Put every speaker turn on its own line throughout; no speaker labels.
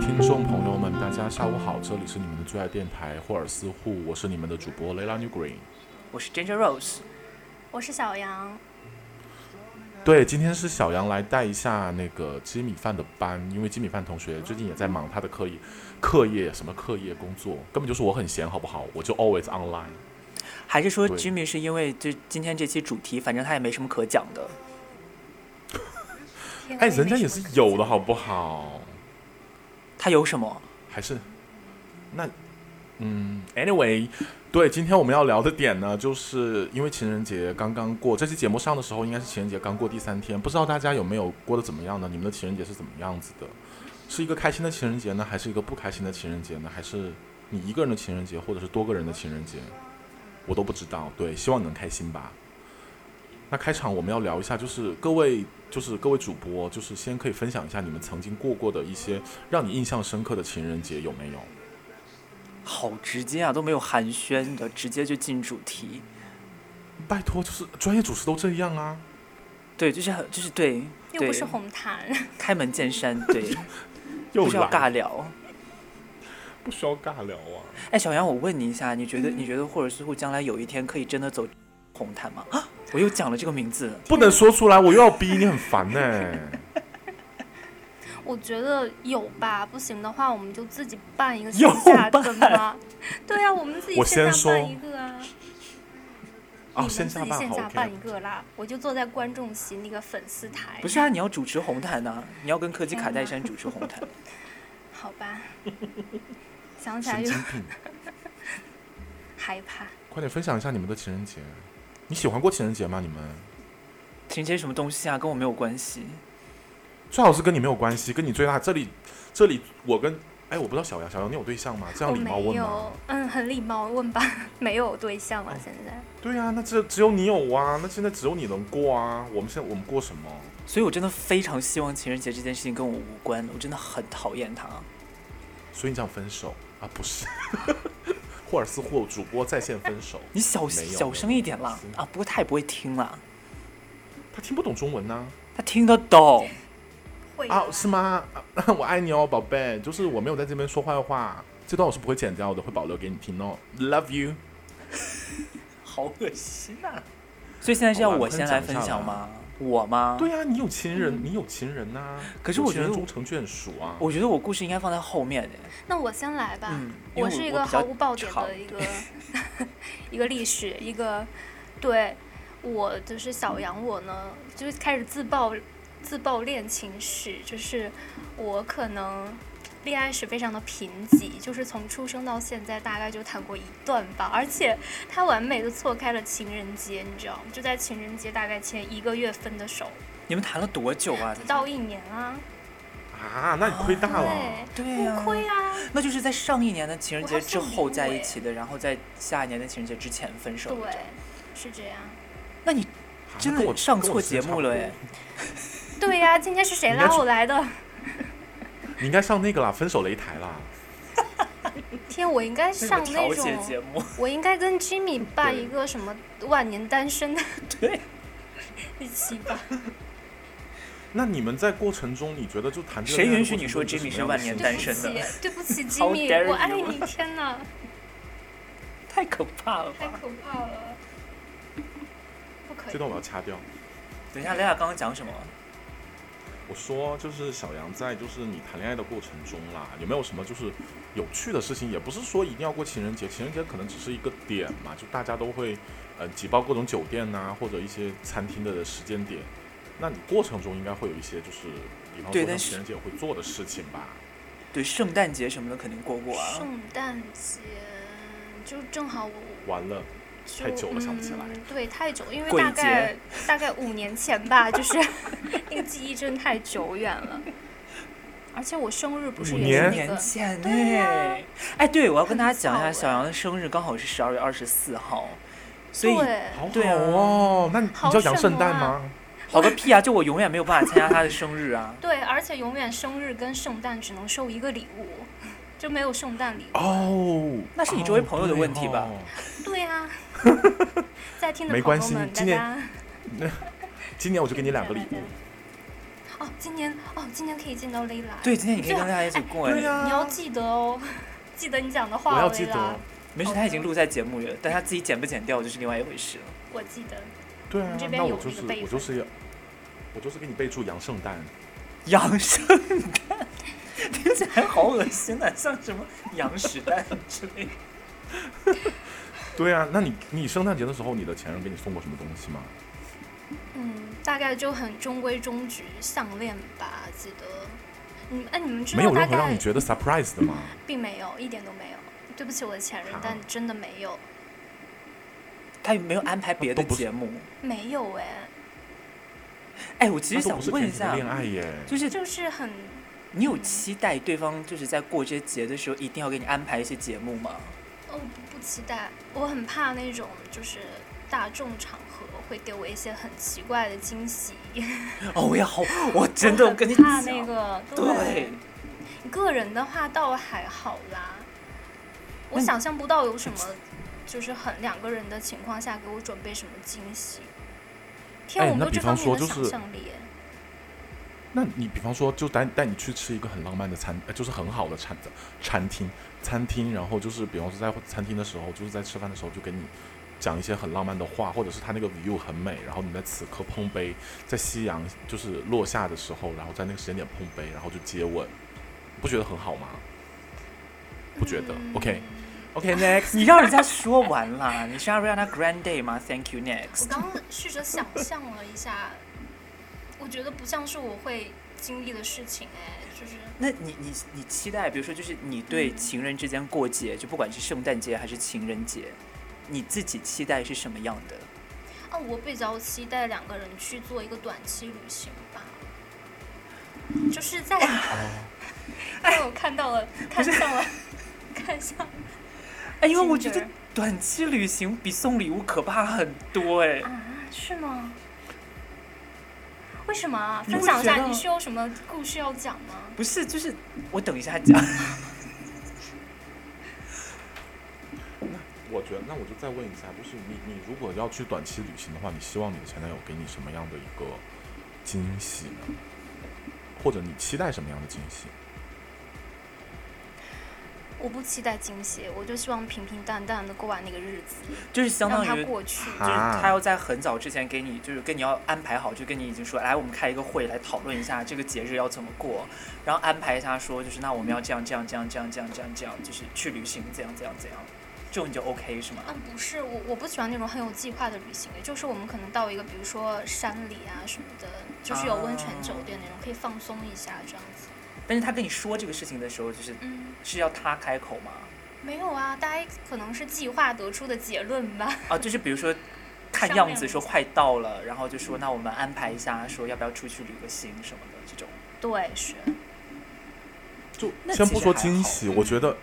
听众朋友们，大家下午好，这里是你们的最爱电台霍尔斯户，我是你们的主播 Layla New Green。
我是 Ginger Rose，
我是小杨，
对，今天是小杨来带一下那个鸡米饭的班，因为鸡米饭同学最近也在忙他的课业、课业什么课业工作，根本就是我很闲，好不好？我就 always online。
还是说
对
Jimmy 是因为这今天这期主题，反正他也没什么可讲的。
哎，人家也是有的，好不好？
他有什么？
还是那嗯，anyway，对，今天我们要聊的点呢，就是因为情人节刚刚过，这期节目上的时候应该是情人节刚过第三天，不知道大家有没有过得怎么样呢？你们的情人节是怎么样子的？是一个开心的情人节呢，还是一个不开心的情人节呢？还是你一个人的情人节，或者是多个人的情人节？我都不知道。对，希望你能开心吧。那开场我们要聊一下，就是各位，就是各位主播，就是先可以分享一下你们曾经过过的一些让你印象深刻的情人节有没有？
好直接啊，都没有寒暄的，直接就进主题。
拜托，就是专业主持都这样啊！
对，就是很，就是对，
又不
对
是红毯，
开门见山，对，
又
不需要
来
尬聊。
不需要尬聊啊！
哎，小杨，我问你一下，你觉
嗯
得你觉得霍尔斯户将来有一天可以真的走红毯吗？啊，我又讲了这个名字，
不能说出来，我又要逼你，很烦呢、
我觉得有吧，不行的话我们就自己办一个
有
线下
办
的嘛。 对啊，我们自己
我
线
先
下
说
办一个啊，你
啊，
们自
线
己
下办
线
好
下办
OK
一。个啦，我就坐在观众席那个粉丝台。
不是啊，你要主持红毯呐、你要跟科技卡戴珊主持红 毯。
好 吧，想起来
神
就
经病！
害怕。
快点分享一下你们的情人节，你喜欢过情人节吗？你们
情人节什么东西啊，跟我没有关系。
最好是跟你没有关系，跟你最大这里这里我跟哎，我不知道小杨，小杨你有对象吗？这
我
样礼貌
没
问
有
吗？，
嗯，很礼貌问吧， 没有对象了，现在
对啊，那这只有你有啊，那现在只有你能过啊。我们现在我们过什么？
所以我真的非常希望情人节这件事情跟我无关，我真的很讨厌它。
所以你想分手啊？不是， 霍尔斯霍主播在线分手，
你小
没有
小声一点啦
没有没有
啊！不过他也不会听啦，
他听不懂中文呐、
他听得懂。
会
啊，
的
是吗？ 啊我爱你哦，宝贝。就是我没有在这边说坏话，这段我是不会剪掉的，会保留给你听哦。Love you。
好恶心啊！所以现在是要我先来分享吗？我吗？，
对啊，你有情人，你有情人呐、
嗯可是我
有情人
觉得
终成
我
眷属啊。
我觉得我故事应该放在后面的。
那我先来吧，
嗯因为
我
我
是一
我
个
比较
毫无爆点
长
的一个 一个历史，一个对我就是小杨我呢，就是开始自曝自曝恋情史，就是我可能。恋爱史非常的贫瘠，就是从出生到现在大概就谈过一段吧，而且他完美的错开了情人节，你知道吗？就在情人节大概前一个月分的手，
你们谈了多久啊
不？到一年啊，
啊，那你亏大了。
对，
哦对呀、
不亏啊，
那就是在上一年的情人节
我还
之
送
后
礼物
在一
哎
起的，然后在下一年的情人节之前分手。
对，是这样。
那你
啊
真
跟我
的上
跟
错
我时间
节目了
差不
哎！
对呀、今天是谁
你应该
拉
去
我来的？
多。你应该上那个啦，分手擂台啦。
天，我应该
是
上
调
那
解节
种，
目，
我应该跟 Jimmy 办一个什么万年单身的
对，
一期吧。
那你们在过程中，你觉得就谈这个
谁
恋爱的
允许
过
你
程中有
说 Jimmy
什
是
么样
万
的
年
心
单
情
身的
对 不起
How dare
，Jimmy，我爱
you
你！天哪，
太可怕了
太
吧！
可怕了，不可
这
以。
段我要掐掉。
等一下，雷亚刚刚讲什么？
我说，就是小杨在就是你谈恋爱的过程中啦，有没有什么就是有趣的事情？也不是说一定要过情人节，情人节可能只是一个点嘛，就大家都会呃挤爆各种酒店呐、或者一些餐厅的时间点。那你过程中应该会有一些就是，比方
对
说像
但是
情人节会做的事情吧？
对，圣诞节什么的肯定过过啊。
圣诞节就正好我
完了，
就
太久了想不起来
嗯对，太久，因为
鬼
大概 大概五年前吧，就是 那个记忆真的太久远了。而且我生日不是
五
也是那
年
个
前呢、
对呀
哎，对，我要跟大家讲一
很
下，
早哎
小杨的生日刚好是十二月二十四号，所以
对。
好
对啊
好哦，那你
好
你叫杨圣诞
什么。
吗？
好个屁啊！就我永远没有办法参加他的生日啊
对，而且永远生日跟圣诞只能收一个礼物，就没有圣诞礼物。
哦，
那是你周围朋友的
哦对
问题吧
哦
对 呀、在听的
没
朋
关
友
系
们，大
今年
家
今年我就给你两个礼物，
哦，今年哦，今年可以见到蕾拉。
对，今天你可以跟大家一起过
对
哎，
呀、
你要记得哦，记得你讲的
啊我
话，
要
蕾
记
拉
得，，哦
没事，他已经录在节目里了，但他自己剪不剪掉就是另外一回 事了。
我记得。
对啊
你这，边
那
有
我就
那个
是
备
我
份
就是要，我就是给你备注杨圣诞，
羊圣诞， 听起来好恶心啊，像什么羊屎蛋之类的。
对啊，那你你圣诞节的时候，你的前任给你送过什么东西吗？
嗯，大概就很中规中矩，项链吧，记得。嗯，哎，你们知
没
道
有
大
任何
概
让你觉得 surprise 的吗？
并没有，一点都没有。对不起，我的前任
好，
但真的没有，
他有没有安排别
都
的
不是
节目？
没有哎，
哎，我其实
那都
想
不是
问一
甜甜的，
下
恋爱耶，
就是
就是很
你有期待对方就是在过这些节的时候一定要给你安排一些节目吗？
哦，不不期待，我很怕那种就是大众场合会给我一些很奇怪的惊喜。
哦，我也好，我真的
我
我跟你
很怕
讲，
那个，
对，
个人的话倒还好啦，我
那你
想象不到有什么，就是很两个人的情况下给我准备什么惊喜。天，
哎
我没
那
有
比
这
方
方面
说
的
就是
想象力耶。
那你比方说，就带带你去吃一个很浪漫的餐，呃就是很好的餐餐厅餐厅，然后就是比方说在餐厅的时候，就是在吃饭的时候就给你讲一些很浪漫的话，或者是他那个 view 很美，然后你在此刻碰杯，在夕阳就是落下的时候，然后在那个时间点碰杯，然后就接吻，不觉得很好吗？不觉得、
嗯
o k OK next，
你让人家说完啦，你是要让他 Grand Day 吗？Thank you
我
next。
刚刚试着想象了一下，我觉得不像是我会经历的事情哎，就是
那你你你期待，比如说就是你对情人之间过节，就不管是圣诞节还是情人节，你自己期待是什么样的？
啊，我比较期待两个人去做一个短期旅行吧，就是在， 哎，我看到了，看上了，看上了
哎，因为我觉
啊 Tinder
得短期旅行比送礼物可怕很多哎、
啊，是吗？为什么啊？
你
分
会
享一
觉
下，
得
你是有什么故事要讲吗？
不是，就是我等一下讲。
我觉得，那我就再问一下，就是你你如果要去短期旅行的话，你希望你的前男友给你什么样的一个惊喜呢？或者你期待什么样的惊喜？
我不期待惊喜，我就希望平平淡淡的过完那个日子，
就是相当
让
于
它过去。
就是
啊
他要在很早之前给你，就是跟你要安排好，就跟你已经说，来，我们开一个会来讨论一下这个节日要怎么过，然后安排一下说，就是那我们要这样这样这样这样这样这样这样，就是去旅行怎样怎样怎样，这种你就 OK 是吗？
嗯，不是，我我不喜欢那种很有计划的旅行，也就是我们可能到一个，比如说山里啊什么的，就是有温泉
啊
酒店那种，可以放松一下这样子。
但是他跟你说这个事情的时候，就是
嗯，
是要他开口吗？
没有啊，大家可能是计划得出的结论吧。
啊，就是比如说。看
商量
样子
一
说
下
快到了，然后就说那我们安排一下，说要不要出去旅个行什么的这种。
对，是。
就
那
先
其
不
实
说
还
惊
好嗯
喜，我觉得，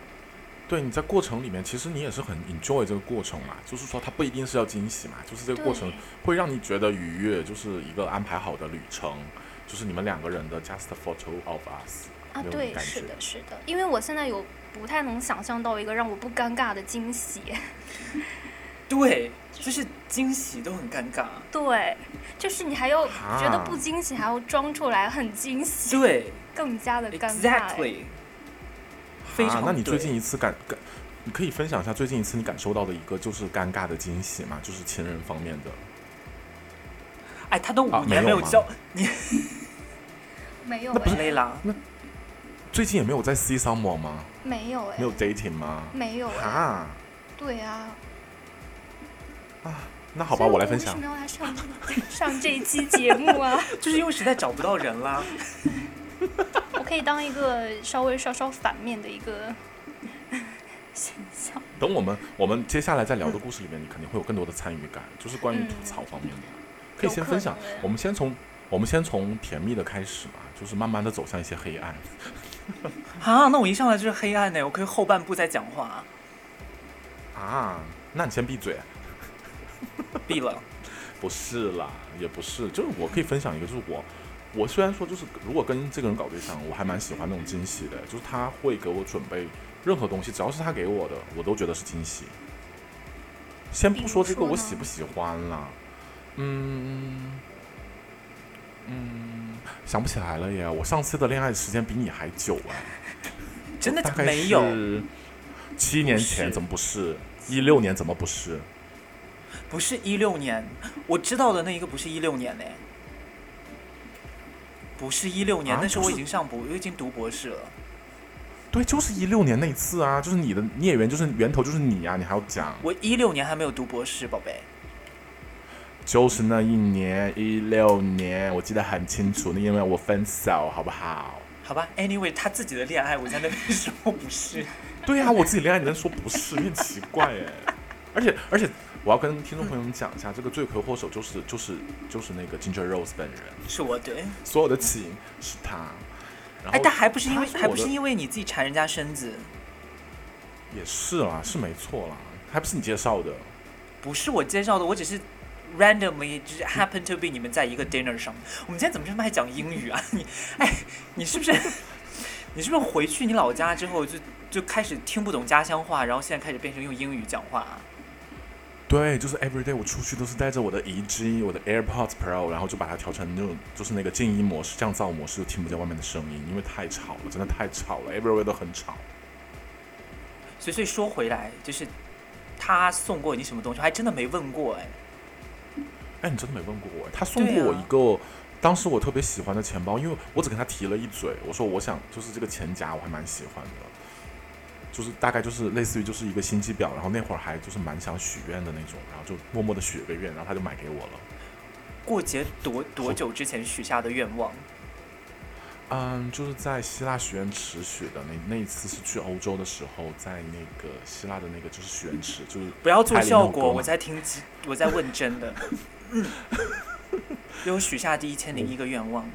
对你在过程里面，其实你也是很 enjoy 这个过程嘛。就是说，它不一定是要惊喜嘛，就是这个过程
对
会让你觉得愉悦，就是一个安排好的旅程，就是你们两个人的 just a photo of us。
啊
没，有
对，
感
是
觉
的，是的，因为我现在有不太能想象到一个让我不尴尬的惊喜。
对，就是惊喜都很尴尬。
对，就是你还要觉得不
啊
惊喜，还要装出来很惊喜，
对
更加的尴尬哎。
，exactly。非常
啊。那你最
对
近一次感感，你可以分享一下最近一次你感受到的一个就是尴尬的惊喜嘛，就是情人方面的。
哎，他都
啊
五
没有
年没有
吗
交你
没有
那不是
哎，
累啦，
最近也没有在 see someone 吗？
没有哎
没，有 dating 吗？
没有哎，
啊，
对啊。
那好吧，我来分享
为什。么要来上 这上这一期节目啊？
就是因为实在找不到人啦。
我可以当一个稍微稍稍反面的一个形象。
等我们我们接下来再聊的故事里面，你肯定会有更多的参与感，就是关于
嗯
吐槽方面的，可以
有
先
可
分享
能的。
我们先从我们先从甜蜜的开始嘛，就是慢慢的走向一些黑暗。
啊，那我一上来就是黑暗呢，我可以后半部再讲话啊，
啊，那你先闭嘴。啊
闭了。
不是啦，也不是，就是我可以分享一个，就是我，我虽然说就是如果跟这个人搞对象，我还蛮喜欢那种惊喜的，就是他会给我准备任何东西，只要是他给我的，我都觉得是惊喜。先不说这个
比如说呢
我喜不喜欢啦，嗯，嗯，想不起来了耶。我上次的恋爱时间比你还久 哎，
真的
大概
没有，
是七年前
是
怎么不是？一六年怎么不是？
不是一六年，我知道的那一个不是一六年呢、不是一六年，
啊
那时
不
候我
是
已经上博，我已经读博士了。
对，就是一六年那一次啊，就是你的孽缘，就是源头就是你啊，你还要讲，
我一六年还没有读博士，宝贝。
就是那一年一六年，我记得很清楚，那因为我分手，好不好？
好吧，anyway，他自己的恋爱，我在那边 说不是。
对呀、我自己恋爱你在说不是，有点奇怪哎。而且而且，我要跟听众朋友们讲一下，这个罪魁祸首就是就是就是那个 Ginger Rose 本人，
是我对，
所有的起因是他。然后
哎，但还不是因为
他
还不是
我的
因为你自己缠人家身子，
也是啦，是没错啦，还不是你介绍的。
不是我介绍的，我只是 randomly 就是 happen to be 你们在一个 dinner 上面。我们今天怎么这么爱讲英语啊？ 你，哎，你是不 是你是不是回去你老家之后就就开始听不懂家乡话，然后现在开始变成用英语讲话、啊？
对，就是 every day 我出去都是带着我的 EG，我的 AirPods Pro，然后就把它调成那种就是那个静音模式、降噪模式，就听不见外面的声音，因为太吵了，真的太吵了，everywhere 都很吵。
所以所以说回来就是他送过你什么东西，我还真的没问过哎。
哎，你真的没问过我？他送
对
过我
啊
一个，当时我特别喜欢的钱包，因为我只跟他提了一嘴，我说我想就是这个钱夹，我还蛮喜欢的，就是大概就是类似于就是一个心机婊，然后那会儿还就是蛮想许愿的那种，然后就默默的许了个愿，然后他就买给我了。
过节多多久之前许下的愿望？
嗯，就是在希腊许愿池许的那那一次是去欧洲的时候，在那个希腊的那个就是许愿池，就是
不要做
海里
效
弄
果，
狗
我
嘛
在听机，我在问真的。有许下第一千零一个愿望，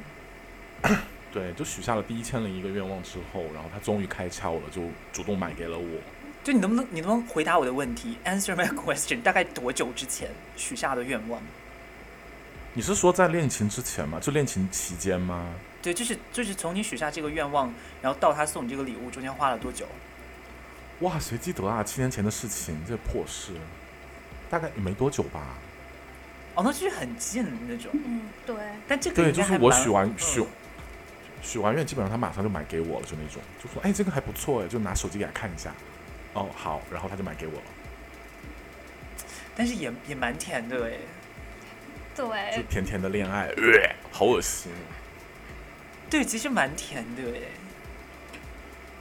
对，就许下了第一千零一个愿望之后，然后他终于开窍了，就主动买给了我。
就你能不能你能不能回答我的问题？Answer my question，大概多久之前许下的愿望？
你是说在恋情之前吗？就恋情期间吗？
对，就是就是从你许下这个愿望，然后到他送你这个礼物中间花了多久？
哇，谁记得啊？七年前的事情，这破事，大概也没多久吧。
哦，那就是很近那种。
嗯，对，
但这个
对，
应该
就是
还
我
蛮
许完
嗯
许许完愿，基本上他马上就买给我了，就那种，就说哎，这个还不错哎，就拿手机给他看一下。哦，好，然后他就买给我了。
但是也也蛮甜的哎。
就
对，
甜甜的恋爱，呃、好恶心。哦
对，其实蛮甜的哎。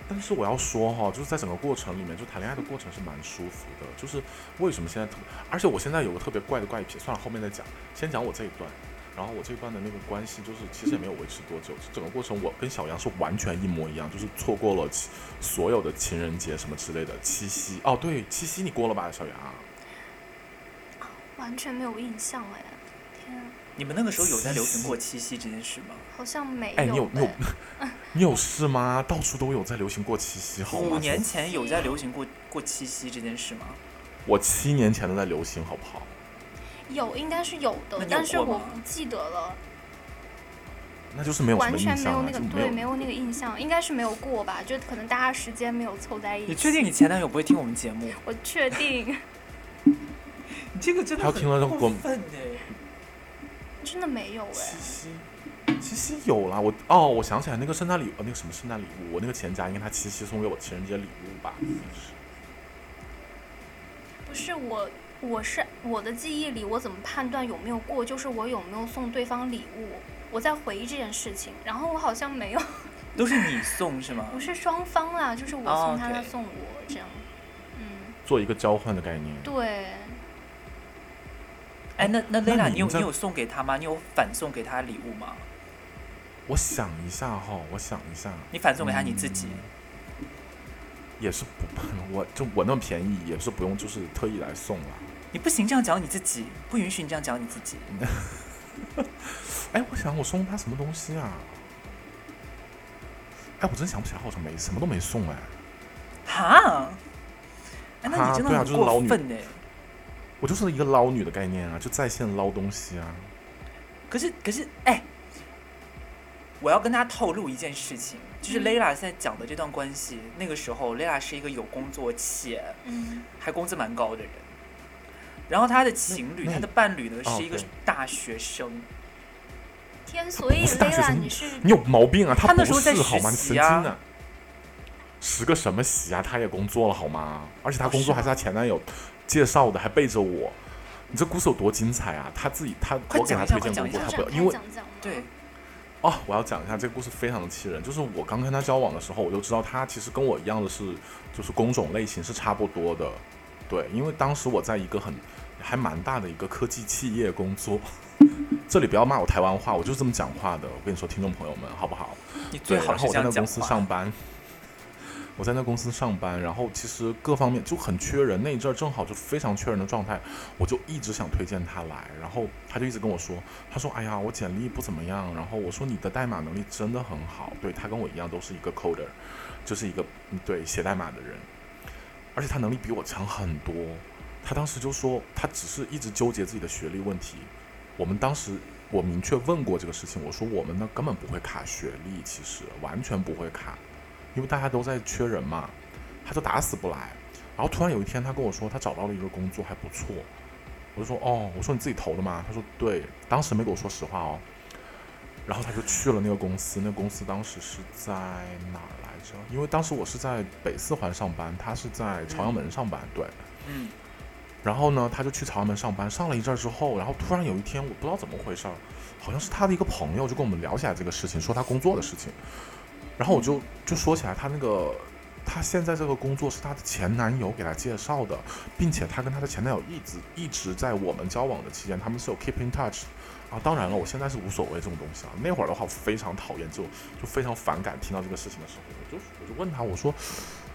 但是我要说哈、就是在整个过程里面，就谈恋爱的过程是蛮舒服的。就是为什么现在特，而且我现在有个特别怪的怪癖，算了，后面再讲，先讲我这一段。然后我这一段的那个关系，就是其实也没有维持多久，就整个过程我跟小杨是完全一模一样，就是错过了其所有的情人节什么之类的，七夕哦，对，七夕你过了吧，小杨？
完全没有印象哎，天啊，
你们那个时候有在流行过七夕这件事吗？
好像没有
哎，你有你有
哎
你有事吗？到处都有在流行过七夕，好吗？
五年前有在流行过过七夕这件事吗？
我七年前都在流行，好不好？
有应该是有
那
的，
你有
但是
过
我
吗
不记得了，
那就是没有什
完
么印
全没
象
有
啊，
那个
就没
对，
有
没有那个印象，应该是没有过吧，就可能大家时间没有凑在一起。
你确定你前男友不会听我们节目？
我确定，
你这个真的
他
很
听了都
过
滚
分哎！
真的没有
七
哎，
夕，七夕有啦。我哦，我想起来那个圣诞礼物，呃那个什么圣诞礼物，我那个钱夹应该他七夕送给我情人节礼物吧？应该是
不是我，我是我的记忆里，我怎么判断有没有过，就是我有没有送对方礼物。我在回忆这件事情，然后我好像没有，
都是你送是吗
不？是双方啦，就是我送他，
哦，OK
他送我这样。嗯，
做一个交换的概念。
对，
哎，那
那
那 Lena，
你
你有
们在嗯
你有送给他吗？你有反送给他礼物吗？
我想一下哈、我想一下，
你反送给他你自己？
也是不，我就我那么便宜，也是不用就是特意来送啦。
你不行这样讲你自己，不允许你这样讲你自己。
哎，我想我送他什么东西啊？哎，我真想不起来，好像没什么都没送哎。
哈？哎，那
哈
你真的
对啊
很
就是老
过
女
分哎！
我就是一个捞女的概念啊，就在线捞东西啊。
可是可是，哎，我要跟大家透露一件事情，就是
嗯
Layla 现在讲的这段关系，那个时候 Layla 是一个有工作且
嗯，
还工资蛮高的人，然后她的情侣，
那
她的伴侣呢
哦
是一个
对
大学生，
天，所以
不是大学
Lela
生
你是
你有毛病啊！
他
不
那时候在
是好吗？你
实
神
习
经
啊
啊！十个什么席啊？他也工作了好吗？而且他
啊
工作还是他前男友介绍的，还背着我。你这故事有多精彩啊！他自己他
快
我给
讲
他
一下
推荐
快
过，
讲
他
一
不
下
要，因为
讲讲吗
对，
哦，我要讲一下这个故事非常的气人。就是我刚跟他交往的时候，我就知道他其实跟我一样的是，就是工种类型是差不多的。对，因为当时我在一个很还蛮大的一个科技企业工作。 这里不要骂我台湾话，我就是这么讲话的。我跟你说，听众朋友们，好不好？
你最
对，
好
然
是
后我
这
在
样
那
讲
公司
话。
上班，我在那公司上班，然后其实各方面就很缺人，那一阵儿正好就非常缺人的状态，我就一直想推荐他来，然后他就一直跟我说，他说：“哎呀，我简历不怎么样。”然后我说：“你的代码能力真的很好。对”他跟我一样都是一个 coder，就是一个嗯对写代码的人，而且他能力比我强很多。他当时就说，他只是一直纠结自己的学历问题。我们当时我明确问过这个事情，我说我们那根本不会卡学历，其实完全不会卡，因为大家都在缺人嘛。他就打死不来，然后突然有一天他跟我说他找到了一个工作还不错，我就说哦，我说你自己投的吗？他说对，当时没给我说实话哦。然后他就去了那个公司，那公司当时是在哪儿来着？因为当时我是在北四环上班，他是在朝阳门上班，对。
嗯，
然后呢，他就去朝阳门上班，上了一阵儿之后，然后突然有一天，我不知道怎么回事儿，好像是他的一个朋友就跟我们聊起来这个事情，说他工作的事情。然后我就 就说起来，他那个他现在这个工作是他的前男友给他介绍的，并且他跟他的前男友一直一直在我们交往的期间，他们是有 keep in touch 啊。当然了，我现在是无所谓这种东西啊。那会儿的话，我非常讨厌，就就非常反感听到这个事情的时候，我就我就问他，我说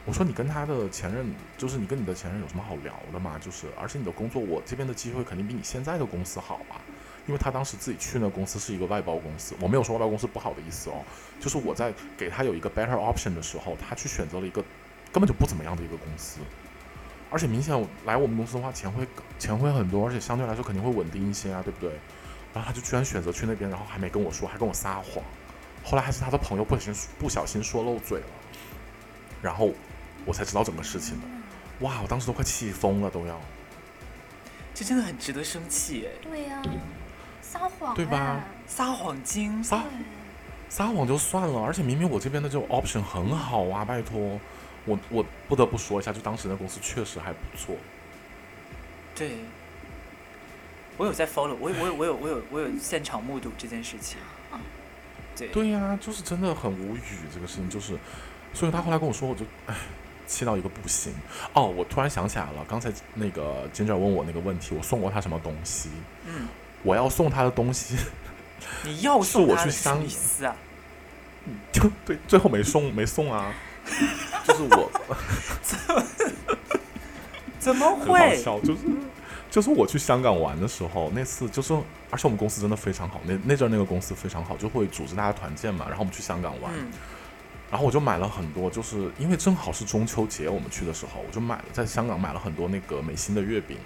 我说你跟他的前任，就是你跟你的前任有什么好聊的嘛？就是而且你的工作，我这边的机会肯定比你现在的公司好啊。因为他当时自己去那公司是一个外包公司，我没有说外包公司不好的意思哦，就是我在给他有一个 better option 的时候，他去选择了一个根本就不怎么样的一个公司，而且明显我来我们公司的话，钱会钱会很多，而且相对来说肯定会稳定一些啊，对不对？然后他就居然选择去那边，然后还没跟我说，还跟我撒谎，后来还是他的朋友不小心不小心说漏嘴了，然后我才知道整个事情的，
嗯
哇，我当时都快气疯了都要。
这真的很值得生气哎！
对呀、撒谎、哎，
对吧啊
撒谎精，
撒撒谎就算了，而且明明我这边的这种 option 很好啊，拜托，我我不得不说一下，就当时那公司确实还不错。
对，我有在 follow，我有我有我有我有我有现场目睹这件事情。对，
对呀、就是真的很无语这个事情，就是，所以他后来跟我说，我就唉，气到一个不行。哦，我突然想起来了，刚才那个 Ginger 问我那个问题，我送过他什么东西？
嗯，
我要送他的东西，
你要送
是我
他
去
的
商
什么
量
意思啊？
就对，最后没送，没送啊，就是我。
怎么
很好
会？
笑，就是就是我去香港玩的时候，那次就是，而且我们公司真的非常好，那那阵儿那个公司非常好，就会组织大家团建嘛，然后我们去香港玩，
嗯，
然后我就买了很多，就是因为正好是中秋节，我们去的时候，我就买了在香港买了很多那个美心的月饼，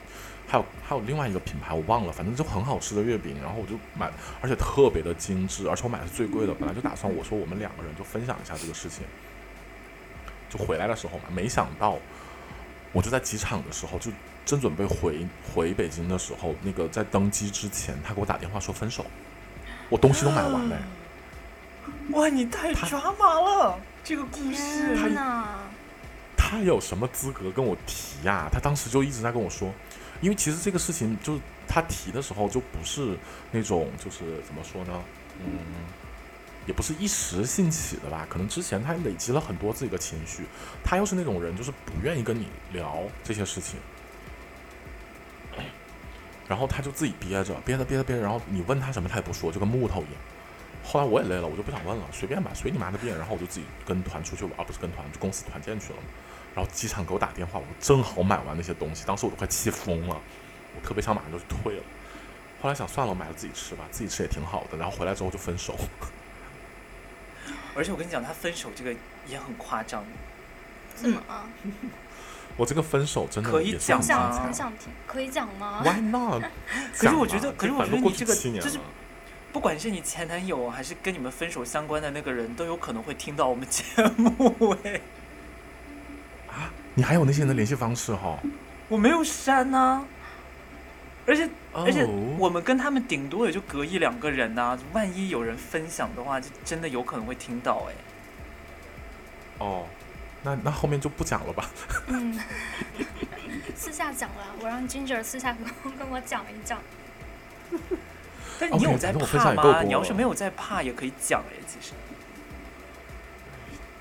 还有还有另外一个品牌我忘了，反正就很好吃的月饼，然后我就买，而且特别的精致，而且我买的是最贵的，本来就打算我说我们两个人就分享一下这个事情，就回来的时候嘛，没想到我就在机场的时候就正准备回回北京的时候，那个在登机之前，他给我打电话说分手，我东西都买完了。
哇，你太
他
抓马了，这个故事。
他
天哪！
他有什么资格跟我提呀、他当时就一直在跟我说，因为其实这个事情就是他提的时候就不是那种就是怎么说呢，嗯，也不是一时兴起的吧，可能之前他累积了很多自己的情绪，他又是那种人就是不愿意跟你聊这些事情。然后他就自己憋着，憋着憋着憋着，然后你问他什么他也不说，就跟木头一样。后来我也累了，我就不想问了，随便吧，随你妈的便。然后我就自己跟团出去玩，啊不是跟团，就公司团建去了嘛。然后机场给我打电话，我正好买完那些东西，当时我都快气疯了，我特别想马上就退了。后来想算了，我买了自己吃吧，自己吃也挺好的。然后回来之后就分手，
而且我跟你讲，他分手这个也很夸张。
怎么
嗯
啊？
我这个分手真
可
的
以
也算
讲
蛮
吗
很想
惨
很想听，可以讲吗？
Why not？
可
讲
是
嘛
我觉得，可是我
反正
觉得你
过去
这个
七年
就是
了
不管是你前男友还是跟你们分手相关的那个人，都有可能会听到我们节目。哎，
你还有那些人的联系方式哈、
我没有删啊，而且而且
哦
我们跟他们顶多也就隔一两个人呐、万一有人分享的话，就真的有可能会听到哎、
哦，那那后面就不讲了吧。
嗯， 私下讲了，我让 Ginger 私下跟我跟我讲一讲。
但
哦
你
没
有
有
在
反正我分享
怕
也够
吗？
多
你要是
了嗯
没有在怕，也可以讲哎、其实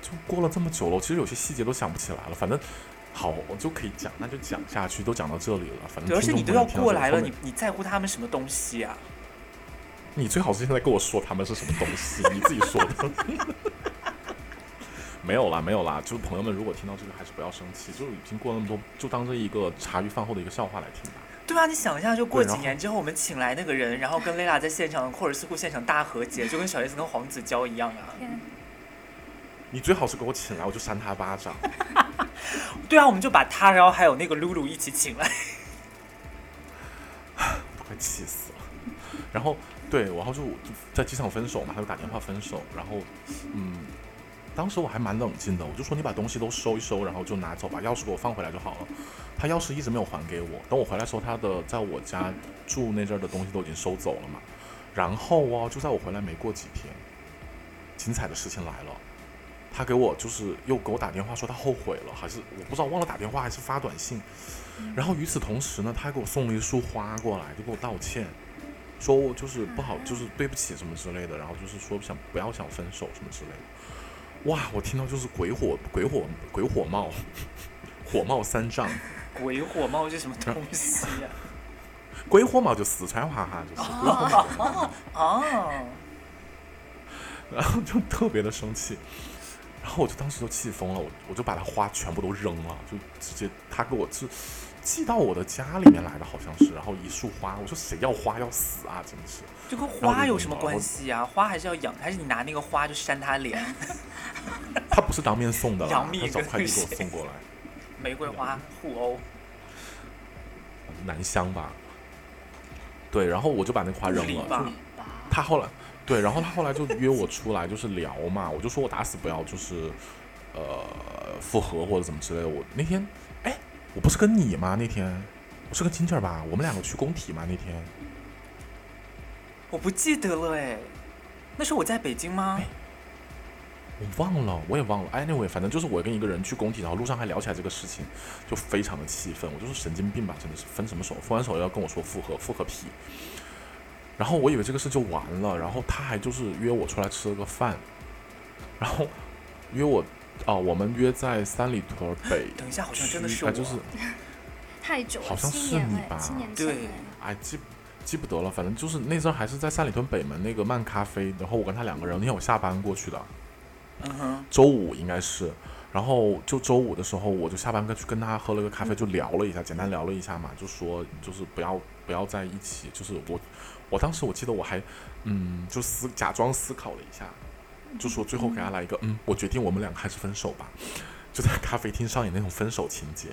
就过了这么久了，我其实有些细节都想不起来了。反正好，我就可以讲，那就讲下去，都讲到这里了。反
对，
正
而且
听
你
众
都
朋友听
要
到
过
这里
来
后
了，
面
你你在乎他们什么东西啊？
你最好是现在跟我说他们是什么东西，你自己说的。 没有啦，没有啦，就是朋友们如果听到这个，还是不要生气，就是已经过了那么多，就当这一个茶余饭后的一个笑话来听吧。
对啊，你想一下，就过
对
几
然后
年之后，我们请来那个人，然后跟 Lila 在现场霍尔斯库现场大和解，就跟小 S 跟黄子佼一样啊。
天，
你最好是给我请来，我就扇他巴掌。
对啊，我们就把他，然后还有那个露露一起请来。
快气死了。然后对，然后就就在机场分手嘛，他就打电话分手，然后嗯，当时我还蛮冷静的，我就说你把东西都收一收，然后就拿走吧，钥匙给我放回来就好了。他钥匙一直没有还给我，等我回来的时候，他的在我家住那阵儿的东西都已经收走了嘛。然后哦，就在我回来没过几天，精彩的事情来了。他给我就是又给我打电话说他后悔了，还是我不知道忘了打电话还是发短信，然后与此同时呢，他还给我送了一束花过来，就给我道歉，说我就是不好，就是对不起什么之类的，然后就是说想不要想分手什么之类的。哇，我听到就是鬼火鬼火鬼火冒， 火冒三丈，
鬼火猫是什么东西呀、
鬼火冒就四川话哈，就是鬼 火冒，
啊？哦，
然后就特别的生气。然后我就当时就气疯了，我我就把他花全部都扔了，就直接他给我寄寄到我的家里面来的，好像是，然后一束花，我说谁要花要死啊，真的是。
就跟
然后
花
就
有什么
毛
关系啊？花还是要养，还是你拿那个花就扇他脸？
他不是当面送的啦
杨，幂
他找
跟
快递给我
谁
送过来，
玫瑰花互殴，
南湘吧。对，然后我就把那花扔
不理
了。
吧
就他后来，对，然后他后来就约我出来，就是聊嘛，我就说我打死不要，就是呃复合或者怎么之类的。我那天，哎，我不是跟你吗？那天我是跟金儿吧，我们两个去工体嘛那天。
我不记得了哎。那时候我在北京吗？
哎我忘了，我也忘了。Anyway，反正就是我跟一个人去工体，然后路上还聊起来这个事情，就非常的气愤。我就说神经病吧，真的是分什么手？分完手要跟我说复合，复合屁。然后我以为这个事就完了，然后他还就是约我出来吃了个饭，然后约我啊、我们约在三里屯北
等一下，好像
区，
真的是
哎
我。
就是
太久了，
好像
七
是
年
你
哎，
吧
七年前
对
哎
哎记记不得了，反正就是那阵儿还是在三里屯北门那个漫咖啡，然后我跟他两个人，那天我下班过去的，
嗯哼，
周五应该是，然后就周五的时候，我就下班跟去跟他喝了个咖啡，就聊了一下，简单聊了一下嘛，就说就是不要不要在一起，就是我我当时我记得我还嗯就思假装思考了一下，就说最后给他来一个嗯，我决定我们两个还是分手吧。 就在咖啡厅上演那种分手情节，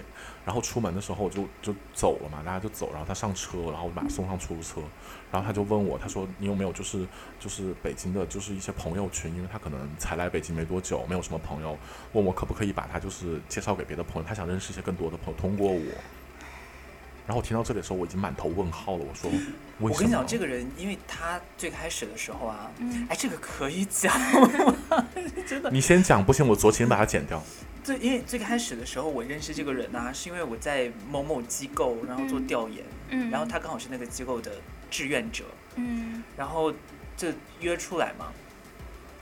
然后出门的时候就就走了嘛，大家就走，然后他上车，然后我把他送上出租车，然后他就问我，他说你有没有就是就是北京的，就是一些朋友群，因为他可能才来北京没多久，没有什么朋友，问我可不可以把他就是介绍给别的朋友，他想认识一些更多的朋友，通过我。然后我听到这里的时候，我已经满头问号了。我说，为
我
什么？
跟你讲，这个人，因为他最开始的时候啊，
嗯
哎，这个可以讲，
你先讲，不行，我酌情把它剪 掉。
最因为最开始的时候，我认识这个人啊，是因为我在某某机构，然后做
嗯
调研，
嗯，
然后他刚好是那个机构的志愿者，
嗯
然后就约出来嘛，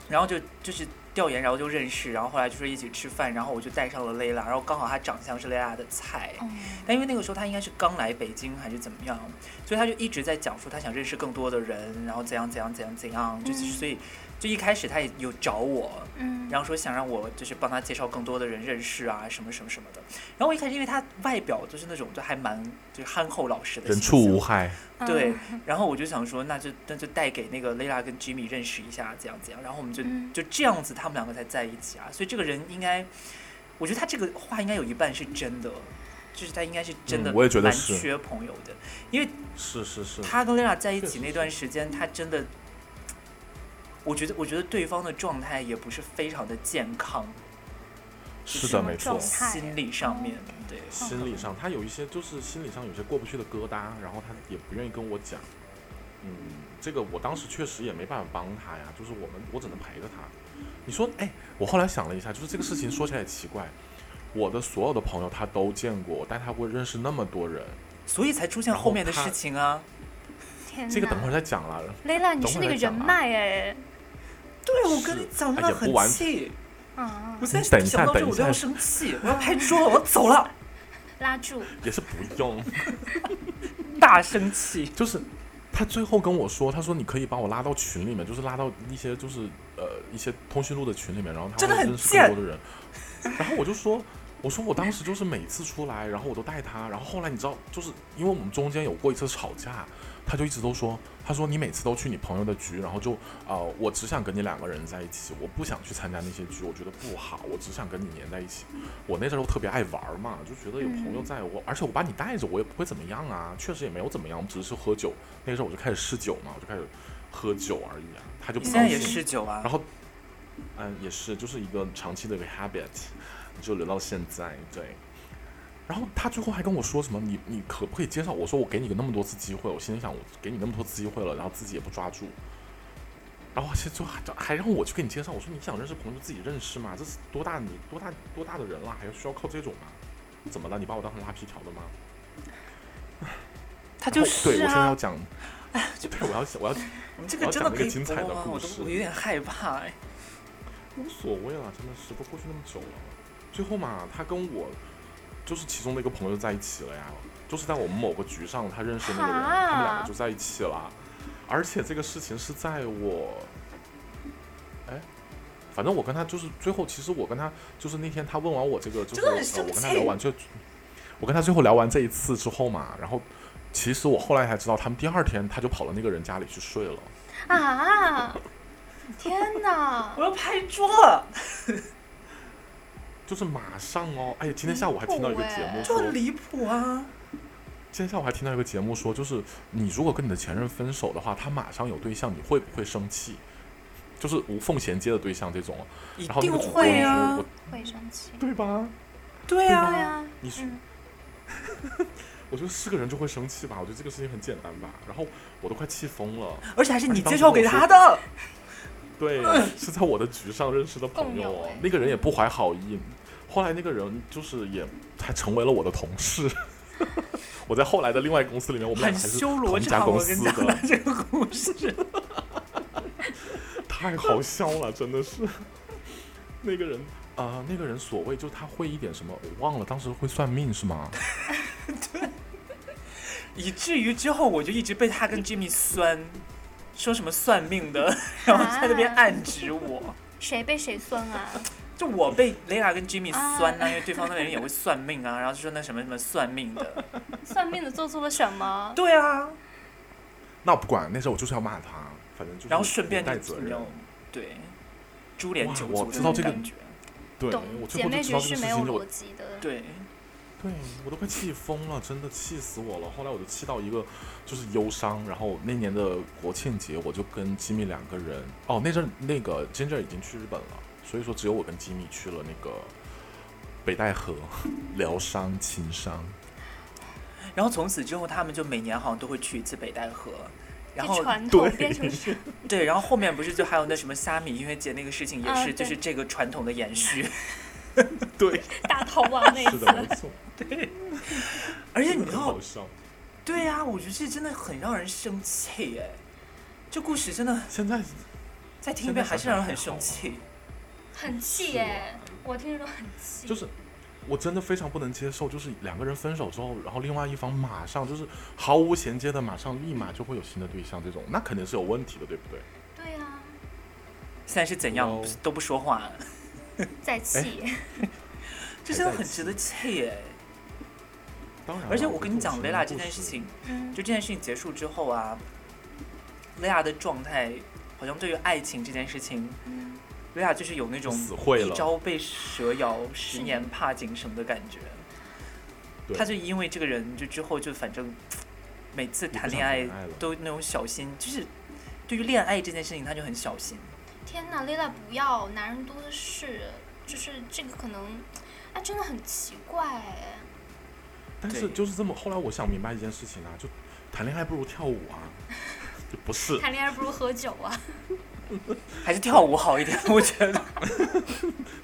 然后就就是调研，然后就认识，然后后来就说一起吃饭，然后我就带上了蕾拉，然后刚好她长相是蕾拉的菜，
哦
但因为那个时候他应该是刚来北京还是怎么样，所以他就一直在讲说他想认识更多的人，然后怎样怎样怎样怎样，就是
嗯
所以就一开始他也有找我，
嗯，
然后说想让我就是帮他介绍更多的人认识啊，什么什么什么的。然后我一开始因为他外表就是那种就还蛮就是憨厚老实的
人
形
畜
象
无害，
嗯
对，然后我就想说，那就那就带给那个 Layla 跟 Jimmy 认识一下，这样这样，然后我们就、
嗯
就这样子，他们两个才在一起啊。所以这个人应该，我觉得他这个话应该有一半是真的，就是他应该是真的，
嗯我也觉得
蛮
是
缺朋友的。
是是是
他跟 Layla 在一起
确实
那段时间，他真的，我觉得我觉得对方的状态也不是非常的健康，
是
什
的，
么
没错
状。态
心理上面对。
心理上，他有一些就是心理上有些过不去的疙瘩，然后他也不愿意跟我讲。嗯，这个我当时确实也没办法帮他呀，就是我们我只能陪着他。你说，哎，我后来想了一下，就是这个事情说起来也奇怪，我的所有的朋友他都见过，但他会认识那么多人，
所以才出现
然后
后面的
他
事情啊。
天哪！
这个等会儿再讲了。
雷拉，你是那个
啊
人脉哎，
对，我
是
跟你讲，真
哎也
的
不
很
完
气。
嗯，
我现
你等一
在
下
想到这
等一
我都
下
要生气，我要拍桌，我要走了，
拉住，
也是不用，
大生气。
就是他最后跟我说，他说你可以把我拉到群里面，就是拉到一些就是呃一些通讯录的群里面，然后他
真的
会
很
认识更多的人。然后我就说，我说我当时就是每次出来，然后我都带他，然后后来你知道，就是因为我们中间有过一次吵架，他就一直都说，他说你每次都去你朋友的局，然后就呃我只想跟你两个人在一起，我不想去参加那些局，我觉得不好，我只想跟你黏在一起。我那时候特别爱玩嘛，就觉得有朋友在我，而且我把你带着，我也不会怎么样啊，确实也没有怎么样，我们只是喝酒。那时候我就开始试酒嘛，我就开始喝酒而已啊，他就
你
不
现
高
在也
兴。
嗜酒啊
然？后，嗯，也是，就是一个长期的一个 habit，就留到现在。对。然后他最后还跟我说什么，你你可不可以介绍？我说我给你个那么多次机会，我心里想我给你那么多次机会了，然后自己也不抓住，然后现在就还还让我去给你介绍，我说你想认识朋友就自己认识嘛，这是多大你多大多大的人了，还需要靠这种吗？啊怎么了？你把我当成拉皮条的吗？
他就
然后对
是
我现在要
啊。
讲，
就
对我要我要
我们这
我
个
要
真
讲那
的可
个
以
精
播
彩的
吗？
故
我都
事
我有点害怕哎。
无所谓啦，真的是都过去那么久了。最后嘛，他跟我就是其中的一个朋友在一起了呀，就是在我们某个局上，他认识那个人，
哈
他们两个就在一起了。而且这个事情是在我，哎，反正我跟他就是最后，其实我跟他就是那天他问完我这个，就是
真的很
呃
生
我跟他
气
聊完这，我跟他最后聊完这一次之后嘛，然后其实我后来才知道，他们第二天他就跑到那个人家里去睡了。
啊！天哪！
我要拍桌了，
就是马上哦，哎，今天下午还听到一个节
离谱
目
哎
就
说，
很离谱
哦
啊！
今天下午还听到一个节目说，就是你如果跟你的前任分手的话，他马上有对象，你会不会生气？就是无缝衔接的对象这种。
一
然后那
定
个主播就
会
说，
啊
我，
会生气。
对吧？
对
对
啊，
啊，
你说
嗯，
我觉得是个人就会生气吧，我觉得这个事情很简单吧。然后我都快气疯 了。
而且还是
而且
你
当
介
时
绍
我
给
说
他的。
对，是在我的局上认识的朋友
共有
哦
哎，
那个人也不怀好意，后来那个人就是也还成为了我的同事。 我在后来的另外公司里面，我们俩
很
还是
修罗
同一家
场，
公
我跟
司
你
的
讲，这个故事，
太好笑了，真的是。 那个人啊、呃那个人所谓就他会一点什么，我忘了，当时会算命是吗？
以至于之后我就一直被他跟 Jimmy 酸，说什么算命的，然后在那边暗指我，
啊谁被谁酸啊？
就我被 Lena 跟 Jimmy 酸啊呢、因为对方那个人也会算命啊，然后就说那什么什么算命的，
算命的做错了什么？
对啊，
那我不管，那时候我就是要骂他，反正就是
然后顺便
不带
就
责
你知
任
道。对，株连
哇
九
我
族
知
那
道
种
这个
感觉，
对，
懂
我最
姐
后就
妹
知
局
道这
是
个事
没有
情就
逻辑的。
对，
对我都快气疯了，真的气死我了。后来我就气到一个就是忧伤，然后那年的国庆节我就跟吉米两个人，哦那阵儿那个 Ginger 已经去日本了，所以说只有我跟吉米去了那个北戴河 疗伤情 商。
然后从此之后他们就每年好像都会去一次北戴河。然
这
后
传
对
统变成是
对，然后后面不是就还有那什么虾米音乐节那个事情，也
啊
是就
对
是这个传统的延 续。
对，
大逃亡那一
是
次
的，，没错，
而且你知
很
道
好，笑。
对呀、我觉得这真的很让人生气哎。这故事真的
现在
再听一遍还是让人很生气。
很气耶！我听着都很气。
就是我真的非常不能接受，就是两个人分手之后，然后另外一方马上就是毫无衔接的，马上立马就会有新的对象，这种那肯定是有问题的，对不对？
对啊，
现在是怎样、
Hello
都不说话，
在气。
哎
这真的很值得气哎。
当然了，啊
而且我跟你讲，
雷
雷拉这件事情，，
嗯
就，这件事情结束之后啊，雷拉的状态好像对于爱情这件事情，
嗯
雷拉就是有那种
死会了
一朝被蛇咬，十年怕井绳的感觉。
对
他就因为这个人，就之后就反正每次谈恋爱
也不想谈恋爱了
都那种小心，就是对于恋爱这件事情，他就很小心。
天哪，Lila 不要，男人多的是，就是这个可能哎，真的很奇怪哎。
但是
对
就是这么，后来我想明白一件事情啊，就谈恋爱不如跳舞啊， 就不是
谈恋爱不如喝酒啊。
还是跳舞好一点，我觉得。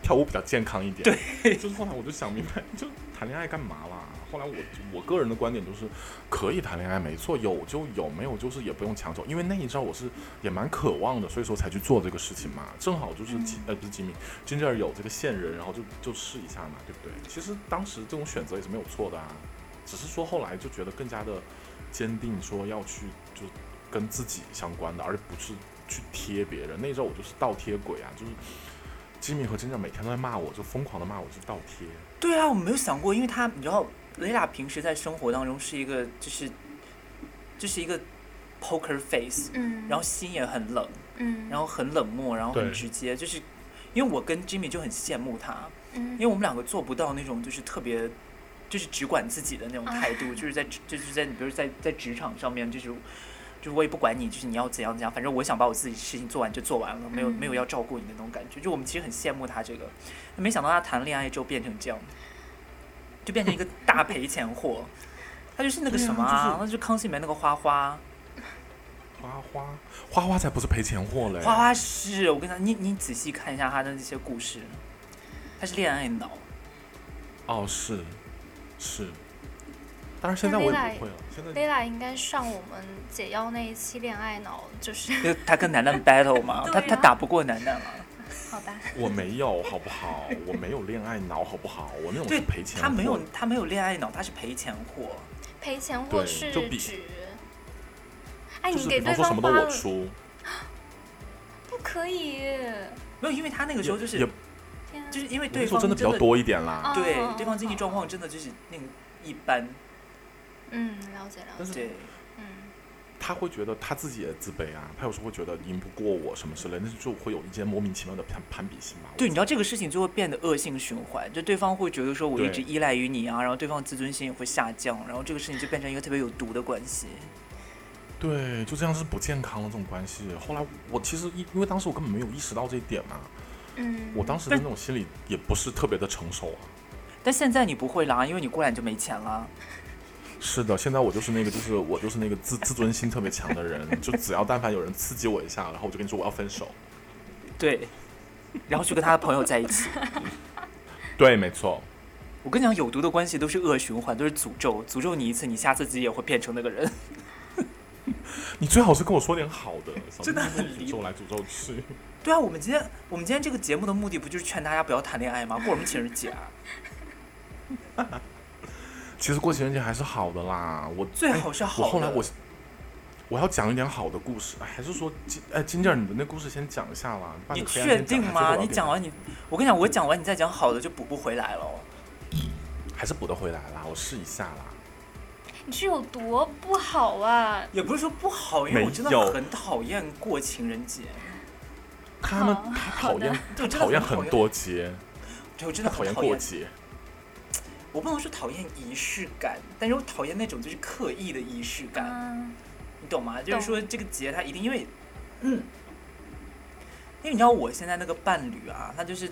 跳舞比较健康一点。对，就是后来我就想明白，就谈恋爱干嘛啦？后来我我个人的观点就是，可以谈恋爱没错，有就有，没有就是也不用强求，因为那一招我是也蛮渴望的，所以说才去做这个事情嘛。正好就是吉、呃不是吉米，金吉尔有这个线人，然后就就试一下嘛，对不对？其实当时这种选择也是没有错的啊，只是说后来就觉得更加的坚定，说要去就跟自己相关的，而不是去贴别人。那一招我就是倒贴鬼啊，就是吉米和金正每天都在骂我，就疯狂的骂我，就倒贴。
对啊，我没有想过，因为他你知道，雷拉平时在生活当中是一个就是就是一个 poker face，
嗯，
然后心也很冷，
嗯，
然
后
后很冷漠，然后
对
很直接，就是因为我跟 Jimmy 就很羡慕他，
嗯
因为我们两个做不到那种就是特别。就是只管自己的那种态
啊
度，就是在就是在比如在在职场上面，就是就是我也不管你，就是你要怎样怎样，反正我想把我自己事情做完就做完了，没有
嗯
没有要照顾你的那种感觉。就我们其实很羡慕他这个，没想到他谈恋爱之后变成这样，就变成一个大赔钱货。他就是那个
对啊
什么
就是
那就是康熙里面那个花花，
花花花花才不是赔钱货嘞，
花花是我跟你讲，你你仔细看一下他的那些故事，他是恋爱脑，
哦是是，当然现在我也不会了，现在
Lila 应该上我们解药那一期恋爱脑，就是
就他跟楠楠 battle 嘛，
对
他
啊
他打不过楠楠嘛，
好 吧，
我没有好不好？我没有恋爱脑好不好？我那种
对
是赔钱货，
他没有他没有恋爱脑，他是赔钱货。
赔钱
对
货是
就比
指，哎，
就
你
是比
给
方
对
说什
方
么都
花
我
了，
出，
不可以。
没有，因为他那个时候就是
也
天啊
就是哦因为
那
对
时候真
方
的比较多一点啦。
啊
对对方经济状况真的就是那个一 般，
嗯，了解了
但是
解，
对
嗯
他会觉得他自己也自卑啊，他有时候会觉得赢不过我什么之类，那就会有一些莫名其妙的攀攀比心吧。我
对，你知道这个事情就会变得恶性循环，就对方会觉得说我一
对
直依赖于你啊，然后对方自尊心也会下降，然后这个事情就变成一个特别有毒的关系。
对，就这样是不健康的这种关系。后来我其实因因为当时我根本没有意识到这一点嘛，
嗯，
我当时的那种心理也不是特别的成熟啊。
但现在你不会啦，因为你过来你就没钱啦。
是的，现在我就是那个，就是我就是那个自自尊心特别强的人，就只要但凡有人刺激我一下，然后我就跟你说我要分手。
对，然后去跟他的朋友在一起。
对，没错，
我跟你讲，有毒的关系都是恶循环，都是诅咒，诅咒你一次，你下次自己也会变成那个人。
你最好是跟我说点好的，少
真的
在那
很
里
离
诅咒来诅咒去。
对啊，我们今天我们今天这个节目的目的不就是劝大家不要谈恋爱吗？过什么情人节啊？
其实过情人节还是好的啦，我
最好是好
哎我后
的。
来我我要讲一点好的故事，哎还是说金哎金姐儿你的那故事先讲一下啦？把
你
的黑暗
确
面讲
定
一下
吗？你
最
讲
后我要
完你，我跟你讲，我讲完你再讲好的就补不回来了。
给还是补得回来啦，我试一下啦。
你是有多不好啊？
也不是说不好，因为我真的
没有
很讨厌过情人节，
他们
好
他
好
讨厌
的
对
他
我真的
讨厌
很讨
很
厌
多节，
对我真
他
的
讨
很
厌
讨
过
厌。
节。
我不能说讨厌仪式感，但是我讨厌那种就是刻意的仪式感。
嗯，
你懂吗？就是
懂
说这个节他一定因为，嗯，因为你知道我现在那个伴侣啊，他就是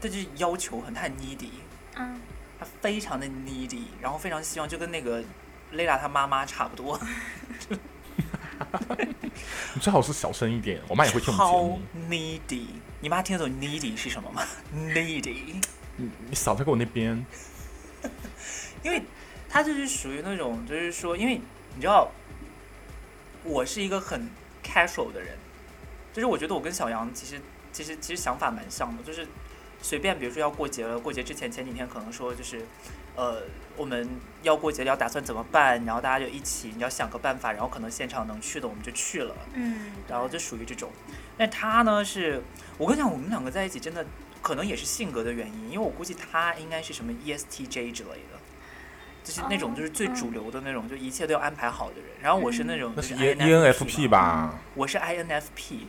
他就是要求很他很 needy，
嗯，
他非常的 needy，然后非常希望就跟那个 Lila 他妈妈差不多，
你最好是小声一点，我妈也会听我们节
超
目。
needy。你妈听得懂 needy 是什么吗？needy，
你你少在给我那边，
因为他就是属于那种就是说，因为你知道，我是一个很 casual 的人，就是我觉得我跟小杨其实其实其实想法蛮像的，就是随便，比如说要过节了，过节之前前几天可能说就是，呃，我们要过节了要打算怎么办，然后大家就一起你要想个办法，然后可能现场能去的我们就去了，
嗯，
然后就属于这种。但他呢是，我跟你讲，我们两个在一起真的可能也是性格的原因，因为我估计他应该是什么 E ESTJ 之类的。就是那种
哦
就是最
嗯
主流的那种，就一切都要安排好的人。然后我是那种
那
就是
E
INFP
E N F P
嘛
吧？
我是 INFP，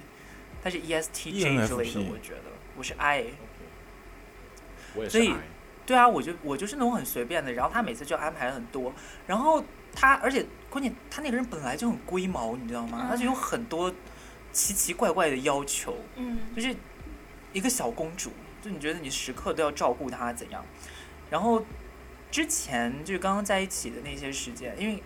他是 E
E
ESTJ 之类的，
ENFP
我觉得我是 I。
我也
所以
I
对啊，我就我就是那种很随便的，然后他每次就安排很多，然后他而且关键他那个人本来就很龟毛，你知道吗？
嗯
他就有很多奇奇怪怪的要求，
嗯，
就是一个小公主，就你觉得你时刻都要照顾他怎样？然后之前就刚刚在一起的那些时间，因为因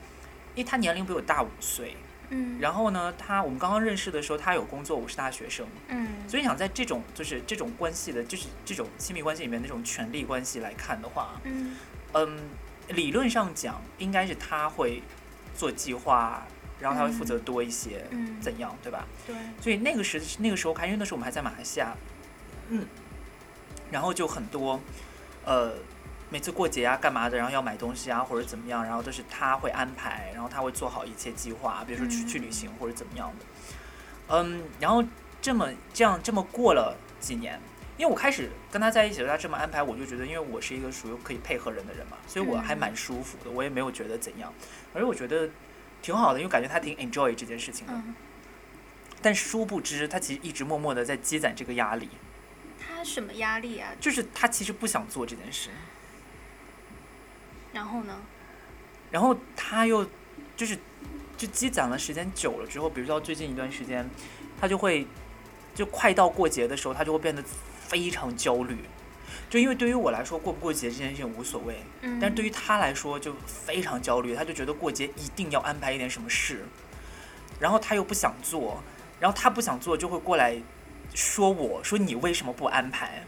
为他年龄比我大五岁，
嗯，
然后呢，他我们刚刚认识的时候，他有工作，我是大学生，
嗯，
所以你想在这种就是这种关系的，就是这种亲密关系里面那种权力关系来看的话，
嗯
嗯，理论上讲应该是他会做计划，然后他会负责多一些，
嗯，
怎样，对吧？
对，
所以那个时那个时候开，因为那时候我们还在马来西亚，嗯，然后就很多，呃，每次过节啊干嘛的，然后要买东西啊或者怎么样，然后都是他会安排，然后他会做好一切计划，比如说去
嗯
去旅行或者怎么样的，嗯，然后这么这样这么过了几年。因为我开始跟他在一起的时候，他这么安排，我就觉得，因为我是一个属于可以配合人的人嘛，所以我还
嗯
蛮舒服的，我也没有觉得怎样，而且我觉得挺好的，因为感觉他挺 enjoy 这件事情的。
嗯，
但殊不知，他其实一直默默的在积攒这个压力，
他什么压力啊？
就是他其实不想做这件事，
然后呢？
然后他又就是就积攒了时间久了之后，比如到最近一段时间，他就会就快到过节的时候，他就会变得非常焦虑。就因为对于我来说，过不过节这件事情无所谓，
嗯，
但是对于他来说就非常焦虑，他就觉得过节一定要安排一点什么事，然后他又不想做，然后他不想做就会过来说我说你为什么不安排？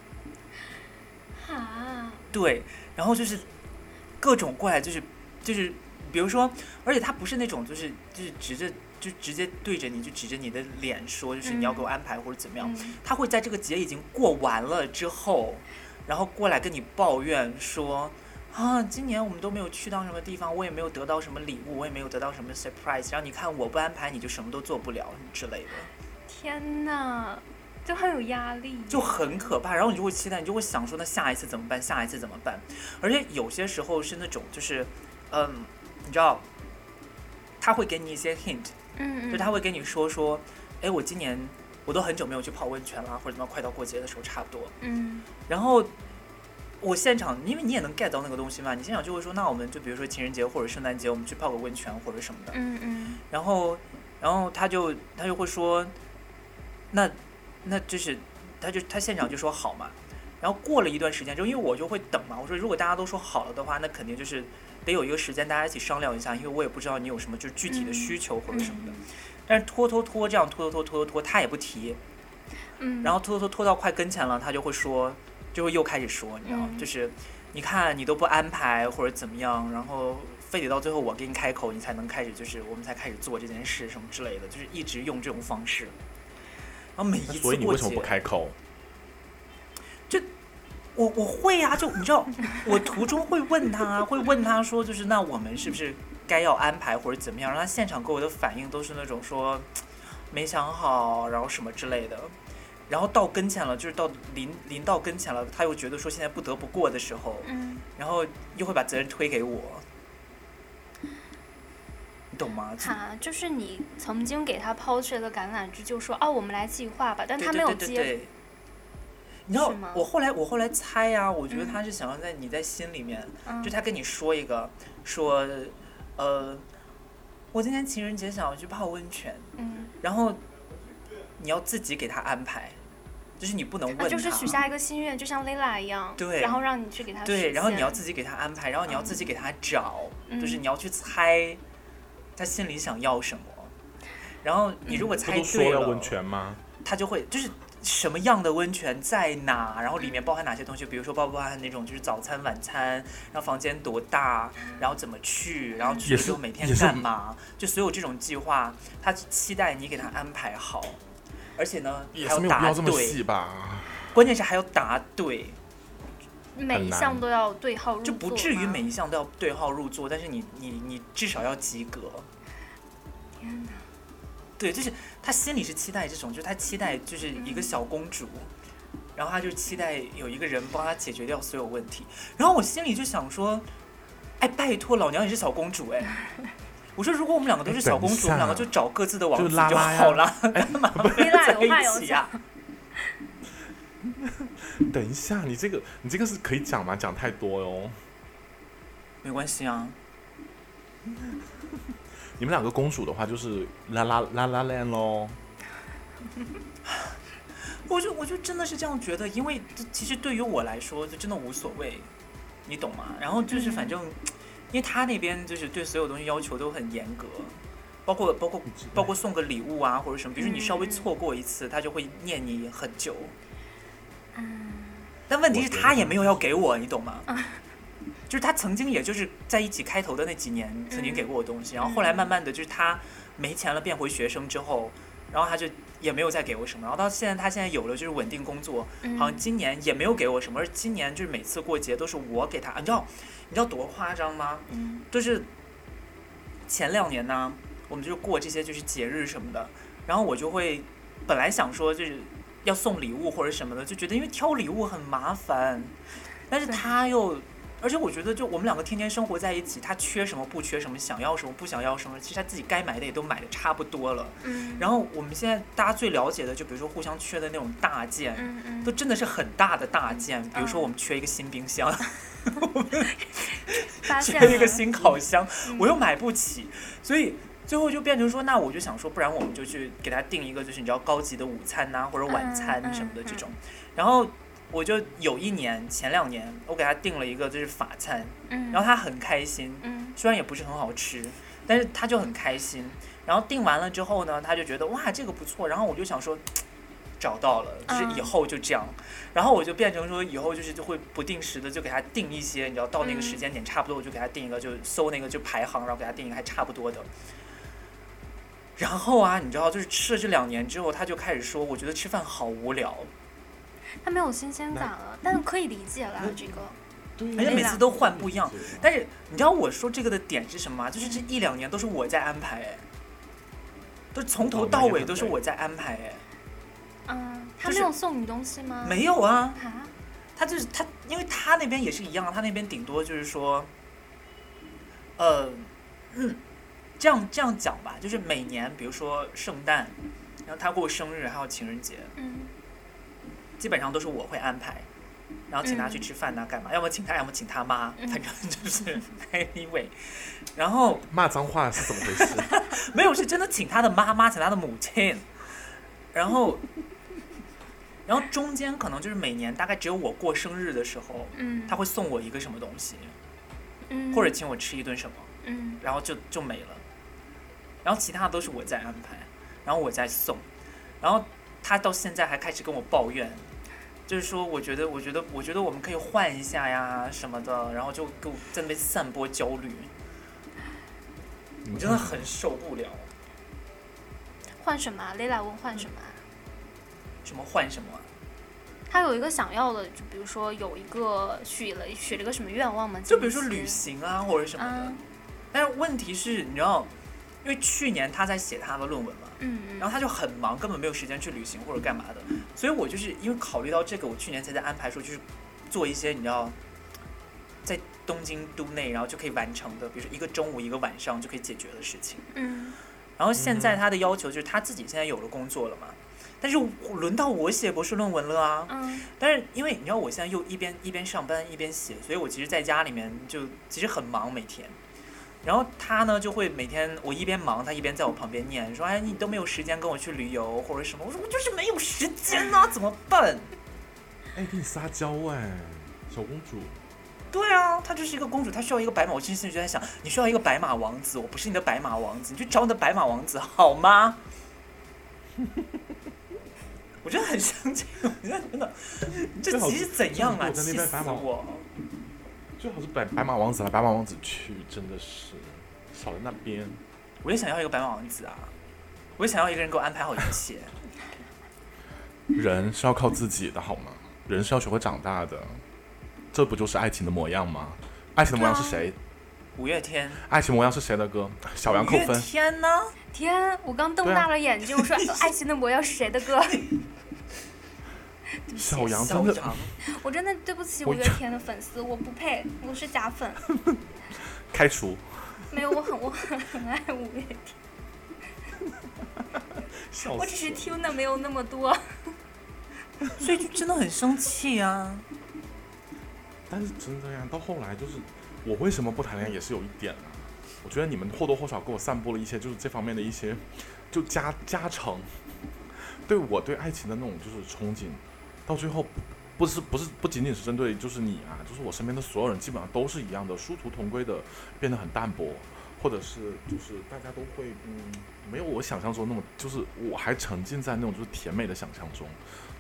啊，
对，然后就是各种过来，就是就是，比如说，而且他不是那种就是就是直着就直接对着你就指着你的脸说，就是你要给我安排或者怎么样，
嗯
他会在这个节已经过完了之后，然后过来跟你抱怨说。啊，今年我们都没有去到什么地方，我也没有得到什么礼物，我也没有得到什么 surprise。然后你看我不安排，你就什么都做不了之类的，
天呐，就很有压力，
就很可怕。然后你就会期待，你就会想说，那下一次怎么办？下一次怎么办？而且有些时候是那种，就是，嗯，你知道，他会给你一些 hint，
嗯嗯，
就他会跟你说说，哎，我今年我都很久没有去泡温泉了，或者怎么样快到过节的时候差不多。
嗯
然后我现场，因为你也能 get 到那个东西嘛，你现场就会说，那我们就比如说情人节或者圣诞节，我们去泡个温泉或者什么的。
嗯嗯
然后，然后他就他就会说，那那就是他就他现场就说好嘛。然后过了一段时间之后，因为我就会等嘛，我说如果大家都说好了的话，那肯定就是得有一个时间大家一起商量一下，因为我也不知道你有什么就是具体的
嗯
需求或者什么的。但是拖拖拖这样拖拖拖拖拖，他也不提，
嗯，
然
后
后拖拖拖到快跟前了，他就会说，就会又开始说，你知道吗，
嗯
就是你看你都不安排或者怎么样，然后非得到最后我给你开口，你才能开始，就是我们才开始做这件事什么之类的，就是一直用这种方式。然后每一
那
次
所以你
过
为什么不
节，
开口？
我我会啊，就你知道，我途中会问他，啊会问他说，就是那我们是不是该要安排或者怎么样？然后他现场给我的反应都是那种说没想好，然后什么之类的。然后到跟前了，就是到临临到跟前了，他又觉得说现在不得不过的时候，
嗯
然后又会把责任推给我，你懂吗？就
哈，就是你曾经给他抛出了个橄榄枝，就说哦，我们来计划吧，但
对
他没
对
有
对对
接，
对。你知道
是吗
我后来我后来猜呀、我觉得
嗯
他是想要在你在心里面，
嗯
就他跟你说一个，说，呃，我今天情人节想要去泡温泉，
嗯，
然后你要自己给他安排，就是你不能问他，
啊，就是许下一个心愿，就像 Lila 一样，
对
然后让你去给他
对，
实
然后你
现
要自己给他安排，然后你要自己给他找，就是
嗯
你要去猜他心里想要什么，然后你如果
不
猜
嗯都说
对
要
了，
温泉吗？
他就会就是什么样的温泉在哪，然后里面包含哪些东西，比如说包不包含那种就是早餐、晚餐，然后房间多大，然后怎么去，然后去
也
了之
是
后每天
也是
干嘛，就所有这种计划，他期待你给他安排好，而且呢
也
还
是没
要
有必
答
要这么
对，
细吧？
关键是还要答对，
每
很
一
难
项都要对号入
就
座，
不至于每。一项都要对号入座，但是你你你至少要及格。
天哪
对，就是他心里是期待这种，就是他期待就是
嗯
一个小公主，然后他就期待有一个人帮他解决掉所有问题。然后我心里就想说，哎，拜托，老娘也是小公主 哎。我说，如果我们两个都是
哎
小
等一
公主，我们两个
下
就找各自的王
啊就
子就
拉拉呀哎
好了， 干嘛非要
拉有话
在
有
一起啊？
等一下，你这个你这个是可以讲吗？讲太多哟。
没关系啊，
你们两个公主的话，就是啦啦啦啦 land 喽。
我就我就真的是这样觉得，因为这其实对于我来说，就真的无所谓，你懂吗？然后就是反
嗯
正，因为他那边就是对所有东西要求都很严格，包括包括包括送个礼物啊或者什么，比如说你稍微
嗯
错过一次，他就会念你很久。
嗯
但问题是，
我觉得啊
他也没有要给我，你懂吗？就是他曾经也就是在一起开头的那几年，
嗯
曾经给过我东西，然后后来慢慢的就是他没钱了变回学生之后，然后他就也没有再给我什么，然后到现在他现在有了就是稳定工作，
嗯，
好像今年也没有给我什么，而今年就是每次过节都是我给他，啊你知道你知道多夸张吗？
嗯
就是前两年呢，我们就是过这些就是节日什么的，然后我就会本来想说就是要送礼物或者什么的，就觉得因为挑礼物很麻烦，但是
对
他又，而且我觉得就我们两个天天生活在一起，他缺什么不缺什么，想要什么不想要什么，其实他自己该买的也都买的差不多了。
嗯，
然后我们现在大家最了解的，就比如说互相缺的那种大件，
嗯嗯
都真的是很大的大件，比如说我们缺一个新冰箱，
发现
缺一个
了
新烤箱，
嗯
我又买不起，所以最后就变成说，那我就想说，不然我们就去给他订一个，就是你知道高级的午餐呐、或者晚餐
嗯嗯
什么的这
嗯
种。然后我就有一年前两年，我给他订了一个就是法餐，
嗯，
然后他很开心，
嗯
虽然也不是很好吃，但是他就很开心。然后订完了之后呢，他就觉得哇这个不错，然后我就想说。嘖找到了，就是以
嗯
后就这样，然后我就变成说以后就是就会不定时的就给他订一些，你知道到那个
嗯
时间点差不多，我就给他订一个，就搜那个就排行，然后给他订一个还差不多的。然后啊，你知道就是吃了这两年之后，他就开始说，我觉得吃饭好无聊，
他没有新鲜感了，但是可以理解
嗯
啦，这个
而且哎每次都换不一样。
但
但是你知道我说这个的点是什么吗？就是这一两年都是我在安排，哎，都是从头到尾都是我在安排，哎，
嗯，他
就
没
是
有送你东西吗？
没有啊，
啊，
他就是他，因为他那边也是一样，他那边顶多就是说，呃，嗯，这样这样讲吧，就是每年比如说圣诞，然后他过生日还有情人节，
嗯
基本上都是我会安排，然后请他去吃饭呐、啊干嘛？要么请他，要么请他妈，
嗯
反正就是 anyway，然后。
骂脏话是怎么回 事？
没有，是真的请他的妈妈，请他的母亲， 然后，然后中间可能就是每年大概只有我过生日的时候，
嗯，
他会送我一个什么东西，
嗯
或者请我吃一顿什么，
嗯
然后就就没了，然后其他都是我在安排，然后我在送，然后他到现在还开始跟我抱怨。就是说，我觉得，我觉得，我觉得我们可以换一下呀什么的，然后就给我在那边散播焦虑，
你
我真的很受不了。
换什么啊？雷拉问换什么啊？
什么换什么啊、
他有一个想要的，就比如说有一个许了许了个什么愿望吗？
就比如说
近期
旅行啊或者什么的。
啊，
但是问题是，你知道，因为去年他在写他的论文嘛，
嗯
然
嗯
后他就很忙，根本没有时间去旅行或者干嘛的。所以我就是因为考虑到这个，我去年才在安排说就是做一些你知道，在东京都内然后就可以完成的，比如说一个中午一个晚上就可以解决的事情。
嗯，
然后现在
嗯
他的要求就是他自己现在有了工作了嘛。但是我轮到我写博士论文了啊！
嗯
但是因为你知道，我现在又一边一边上班一边写，所以我其实在家里面就其实很忙每天。然后他呢就会每天我一边忙，他一边在我旁边念说：“哎，你都没有时间跟我去旅游或者什么。”我说：“我就是没有时间啊，怎么办
哎，给你撒娇哎，小公主，？”
对啊，她就是一个公主，她需要一个白马。我真心就在想，你需要一个白马王子，我不是你的白马王子，你去找你的白马王子好吗？ 我真的很生气，我真的真的，这
最好
急是怎样
最
啊？
好在那
气
边
死
白马
我！
最好是白白马王子来白马王子去，真的是少在那边。
我也想要一个白马王子啊！我也想要一个人给我安排好一切。
人是要靠自己的好吗？人是要学会长大的，这不就是爱情的模样吗？爱情的模样是谁？
五月天，
爱情模样是谁的歌？小羊
五
扣
月
分。
天呢？
天，我刚瞪
对啊
大了眼睛，我说《爱情的魔药》是谁的歌？
小羊
小
真的，
羊，
我真的对不起
我
五月天的粉丝，我不配，我是假粉。
开除
没有，我很我很很爱五月天，
笑
我只是听的没有那么多。
所以就真的很生气啊！
但是真的呀，到后来就是我为什么不谈恋爱也是有一点啊。我觉得你们或多或少给我散播了一些就是这方面的一些就加加成，对我对爱情的那种就是憧憬，到最后不不是不是不仅仅是针对就是你啊，就是我身边的所有人基本上都是一样的，殊途同归的，变得很淡薄，或者是就是大家都会嗯，没有我想象中那么，就是我还沉浸在那种就是甜美的想象中。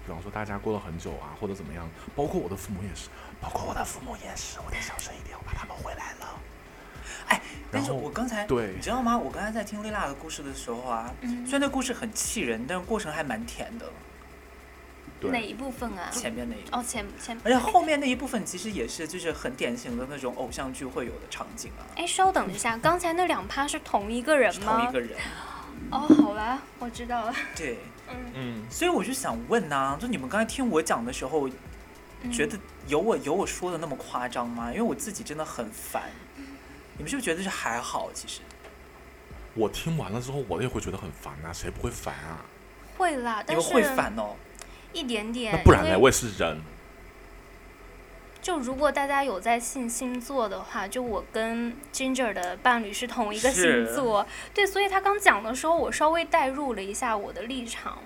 比方说大家过了很久啊，或者怎么样，包括我的父母也是，包括我的父母也是，我得小声一点，我怕他们回来了。
哎，
然
但是
后
我刚才
对
你知道吗？我刚才在听丽娜的故事的时候啊，
嗯
虽然这故事很气人，但是过程还蛮甜的，
哪
对，
一部分啊？
前面那一。
哦，前前。
而且后面那一部分其实也是，就是很典型的那种偶像剧会有的场景啊，
哎，稍等一下，刚才那两趴是同一个人
是
吗？
同一个人。
哦，好吧，我知道了。
对，
嗯，
嗯，
所以我就想问呐、就你们刚才听我讲的时候，
嗯
觉得有我有我说的那么夸张吗？因为我自己真的很烦。你们是不是觉得是还好？其实
我听完了之后，我也会觉得很烦啊，谁不会烦啊？
嗯会啦，
你
但
们
是
会烦哦。
一点点。
那不然
因
呢？
为
我也是人。
就如果大家有在信星座的话，就我跟 Ginger 的伴侣是同一个星
是
座，对，所以他刚讲的时候，我稍微代入了一下我的立场。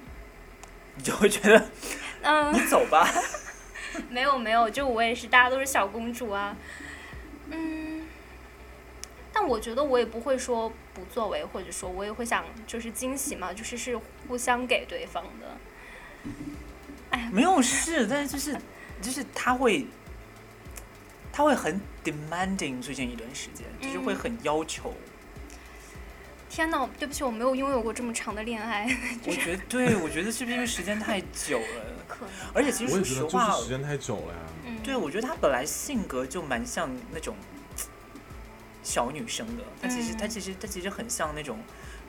你就会觉得
嗯，
你走吧，
没有没有，就我也是，大家都是小公主啊。嗯，但我觉得我也不会说不作为，或者说我也会想就是惊喜嘛，就是是互相给对方的。
没有事，但是就是就是他会，他会很 demanding 最近一段时间，就是会
嗯
很要求。
天呐，对不起，我没有拥有过这么长的恋爱，
我觉得对，我觉得是不是因为时间太久了？
可能。
而且其实
我也
说
觉
实
得就
话，
是时哦间太久了呀。
嗯，
对，我觉得她本来性格就蛮像那种小女生的，她其实、她
嗯
其实她其实很像那种。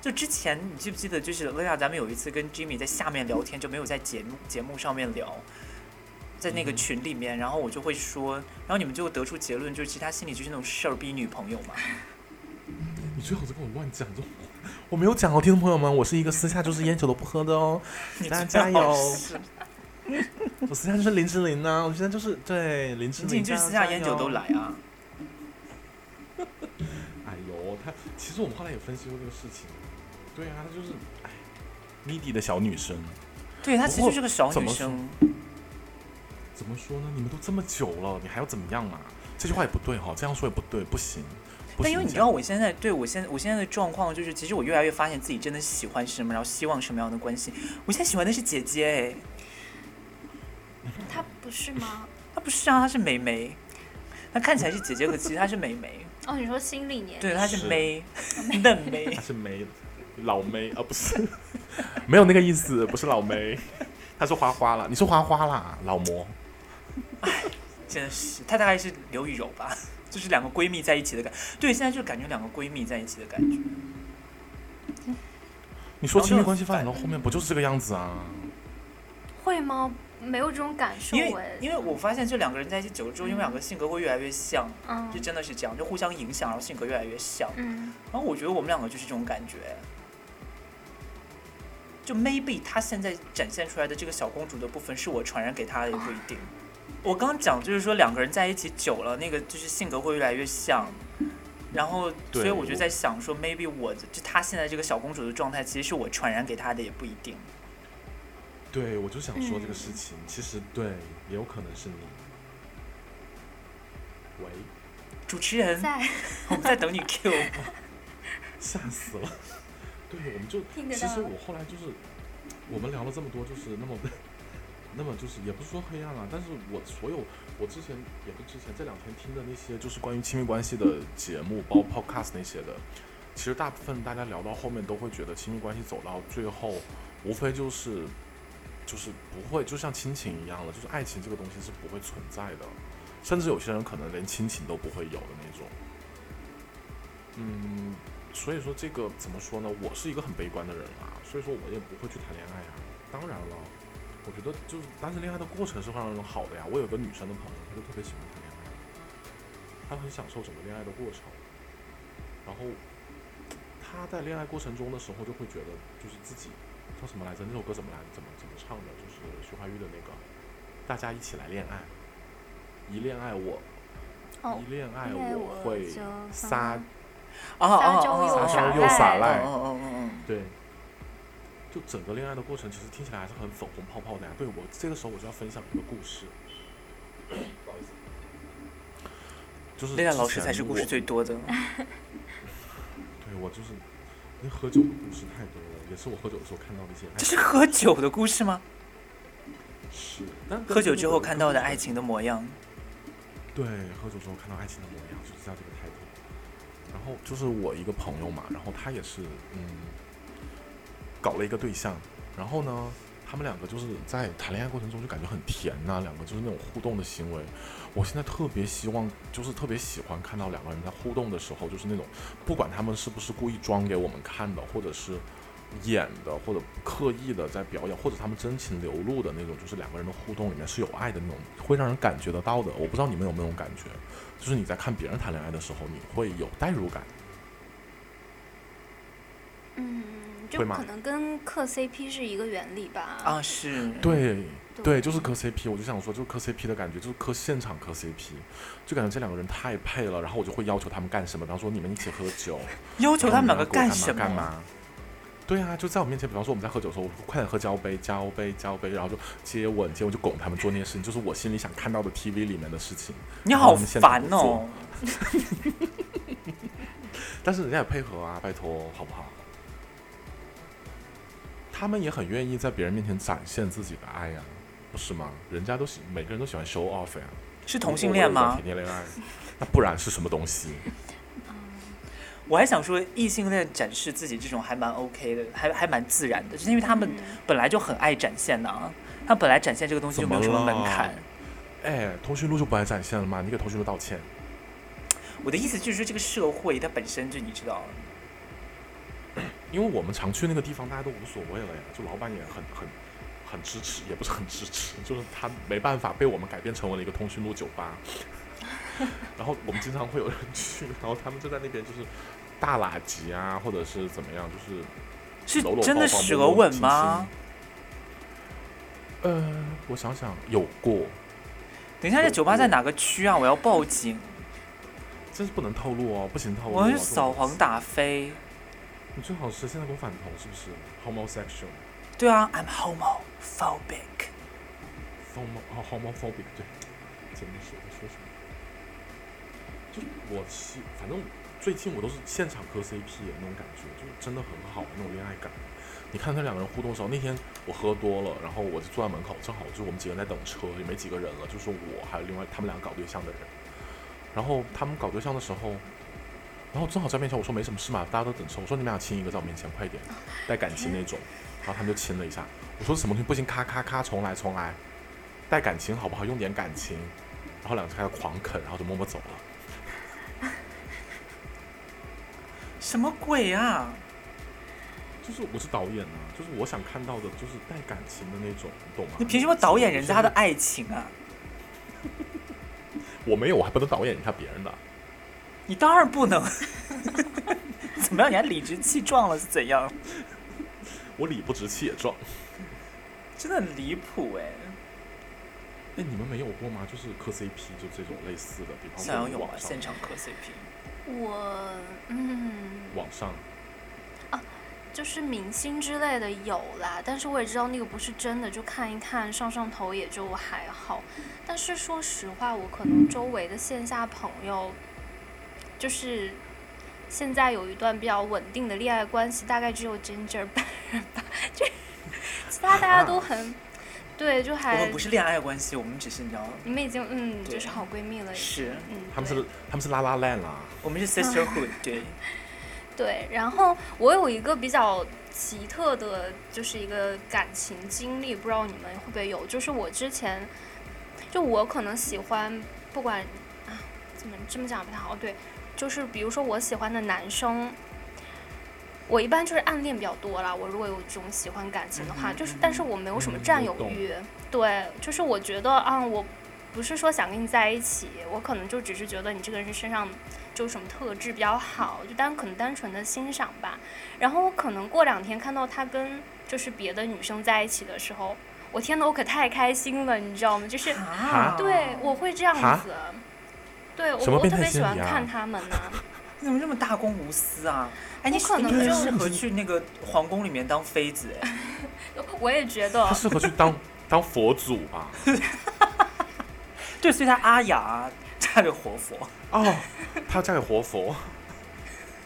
就之前你记不记得，就是薇娅，咱们有一次跟 Jimmy 在下面聊天，就没有在节目节目上面聊，在那个
嗯
群里面，然后我就会说，然后你们就得出结论，就是其实他心里就是那种事儿逼女朋友嘛。
你最好是跟我乱讲这种话，我没有讲哦，听众朋友们，我是一个私下就是烟酒都不喝的哦，
你
大家
最好
加油
是
我私下就是林志玲啊呐、我现在就是对林志
你
玲，
进去私下烟酒都来
来。
啊。
哎呦，他其实我们后来也分析过这个事情，对啊，她就是哎，midi 的小女生，
对，她
不
其实
过
就是个小
怎
女
么
生。
怎么说呢？你们都这么久了，你还要怎么样啊？这句话也不对哈、哦，这样说也不对，不行，不
但
行。
因为你知
这样
道，我现在对我现我现在的状况就是，其实我越来越发现自己真的喜欢什么，然后希望什么样的关系。我现在喜欢的是姐哎姐，
他不是吗？
哎，她不是啊，她是妹妹，她看起来是姐姐，可其实她是妹妹，
哦，你说心理年
对，她是
是
妹，嫩妹
她。 是梅老梅啊，不是， 没有那个意思，不是老梅，她是花花啦，你是花花啦，老魔。
真的是，她大概是刘雨柔吧，就是两个闺蜜在一起的感，对，现在就感觉两个闺蜜在一起的感觉。
你说
然后
亲
就
密
很
关系发展到
烦
后面不就是这个样子啊？
会吗？没有这种感受
因为
哎。
因为我发现这两个人在一起久了之后，因为两个性格会越来越像，
嗯
就真的是这样，就互相影响，然后性格越来越像。
嗯
然后我觉得我们两个就是这种感觉，就 maybe 她现在展现出来的这个小公主的部分是我传染给她的，也不一定。我刚讲就是说两个人在一起久了，那个就是性格会越来越像，然后
对
所以我就在想说，maybe 我的就她现在这个小公主的状态，其实是我传染给她的，也不一定。
对，我就想说这个
嗯
事情，其实对，也有可能是你。喂，
主持人，
在
我 们在等你 Q。
吓死了。对，我们就
听得
其
到
实我后来就是，我们聊了这么多，就是那么， 那么就是也不是说黑暗啊，但是我所有我之前也不是之前这两天听的那些就是关于亲密关系的节目，包括 podcast 那些的，其实大部分大家聊到后面都会觉得亲密关系走到最后，无非就是就是不会就像亲情一样了，就是爱情这个东西是不会存在的，甚至有些人可能连亲情都不会有的那种。嗯，所以说这个怎么说呢？我是一个很悲观的人啊，所以说我也不会去谈恋爱啊。当然了，我觉得就是单身恋爱的过程是非常好的呀。我有个女生的朋友，她就特别喜欢谈恋爱，她很享受整个恋爱的过程。然后她在恋爱过程中的时候，就会觉得就是自己叫什么来着？那首歌怎么来？怎么怎么唱的？就是徐怀钰的那个“大家一起来恋爱”，一恋爱我，
哦
一恋爱
恋爱
我
我
会
就
撒
嗯
哦哦
撒
哦
娇
哦
又
撒娇
哦
又
撒
撒
哦
赖
哦哦哦哦，
对，就整个恋爱的过程，其实听起来还是很粉红泡泡的呀、对我这个时候我就要分享一个故事，不好意思，就是
雷娜老
之
师
前
才是故事
我
最多的，
对我就是，因为喝酒的故事太多了，也是我喝酒的时候看到的一些爱
这
情
是喝酒的故事吗？
事。但
喝酒之后看到的爱，情的模样，
对，喝酒之后看到爱情的模样，就是这样这个态度。然后就是我一个朋友嘛，然后他也是嗯，搞了一个对象，然后呢，他们两个就是嗯在谈恋爱过程中就感觉很甜呐、两个就是那种互动的行为。我现在特别希望，就是特别喜欢看到两个人在互动的时候，就是那种不管他们是不是故意装给我们看的，或者是演的，或者刻意的在表演，或者他们真情流露的那种，就是两个人的互动里面是有爱的那种，会让人感觉得到的。我不知道你们有没有那种感觉，就是你在看别人谈恋爱的时候，你会有代入感。
嗯，就
会吗
可能跟磕 CP 是一个原理吧。
啊，是，
对
对
对，就是磕 CP，我就想说，就是磕 CP 的感觉，就是磕现场磕 CP，就感觉这两个人太配了，然后我就会要求他们干什么，比方说你们一起喝酒，
要求他们两个
然后哎你要给我干
什
嘛干
么？
嘛？对啊，就在我面前，比方说我们在喝酒的时候，我说快点喝交杯，交杯，交杯，然后就接吻，接吻就拱他们做那些事情，就是我心里想看到的 TV 里面的事情。
你好
我们现在
烦
不
哦
做！但是人家也配合啊，拜托，好不好？他们也很愿意在别人面前展现自己的爱呀、不是吗？人家都喜，每个人都喜欢 show off 呀、
是同性恋吗
甜？甜恋爱，那不然是什么东西？
嗯
我还想说，异性恋展示自己这种还蛮 OK 的，还还蛮自然的，就是因为他们
嗯
本来就很爱展现呐、他本来展现这个东西就没有什么门
怎
槛
么。哎，通讯录就不爱展现了吗？你给通讯录道歉。
我的意思就是说，这个社会它本身就你知道，
因为我们常去那个地方，大家都无所谓了呀，就老板也很很很支持，也不是很支持， 就是他没办法被我们改变成为了一个通讯录酒吧。 然后我们经常会有人去，然后他们就在那边就是大垃圾啊，或者是怎么样，就是
是
搂搂抱抱
真的舌吻吗？
摸摸亲亲呃，我想想，有过，
等一下，这酒吧在哪个区啊？我要报警，
真是不能透露哦，不行透露、哦。
我要去
这种
扫黄打非。
你最好是现在给我反同，是不是？homosexual。
对啊，I'm homophobic。
homo 哦 homophobic 对，真的是我说什么？就是我是反正最近我都是现场磕 CP 的那种感觉，就是真的很好那种恋爱感。你看他两个人互动的时候，那天我喝多了，然后我就坐在门口，正好就我们几个人在等车，也没几个人了，就是我还有另外他们俩搞对象的人。然后他们搞对象的时候，然后正好在面前，我说没什么事嘛，大家都等车，我说你们俩亲一个在我面前，快点，带感情那种。然后他们就亲了一下，我说什么东西不行，咔咔咔，重来重来。带感情好不好？用点感情。然后两个开始狂啃，然后就默默走了。
什么鬼啊？
就是我是导演啊，就是我想看到的，就是带感情的那种，你懂吗？
你凭什么导演人家的？爱情啊？
我没有，我还不能导演人家别人的。
你当然不能。 怎么样？你还理直气壮了是怎样？
我理不直气也壮。
真的很离谱哎、
哎，你们没有过吗？就是磕 CP 就这种类似的，比方
想要
说
有
网，
啊
上
现场磕 CP，
我嗯，
网上
就是明星之类的有啦，但是我也知道那个不是真的，就看一看上上头也就还好。但是说实话，我可能周围的线下朋友，就是现在有一段比较稳定的恋爱关系，大概只有 Ginger 本人吧，就其他大家都很、对，就
啊我
还
们不是恋爱关系，我们只是你知道，
你们已经嗯，
对
就是好闺蜜了，
是
嗯，
他们
对
是他们是拉拉啊烂啦。
我们是 sisterhood，对，
对，然后我有一个比较奇特的，就是一个感情经历，不知道你们会不会有？就是我之前，就我可能喜欢，不管啊怎么这么讲不太好，对，就是比如说我喜欢的男生。我一般就是暗恋比较多啦。我如果有这种喜欢感情的话，
嗯哼
就是
嗯，
但是我没有什么
嗯
占
我
有
懂
欲。对，就是我觉得啊、我不是说想跟你在一起，我可能就只是觉得你这个人身上就什么特质比较好，就单可能单纯的欣赏吧。然后我可能过两天看到他跟就是别的女生在一起的时候，我天呐，我可太开心了，你知道吗？就是
啊
对我会这样
哈
子，对我
什么
我
变
特
态
别喜
心
欢
理啊
看他们呢、
你怎么这么大公无私啊？哎，
我
你
可能
你很
就
适合去那个皇宫里面当妃子哎。
我也觉得
哦
他，适合去当当佛祖啊吧？
对，所以她阿雅嫁给活佛，
哦，他嫁给活佛，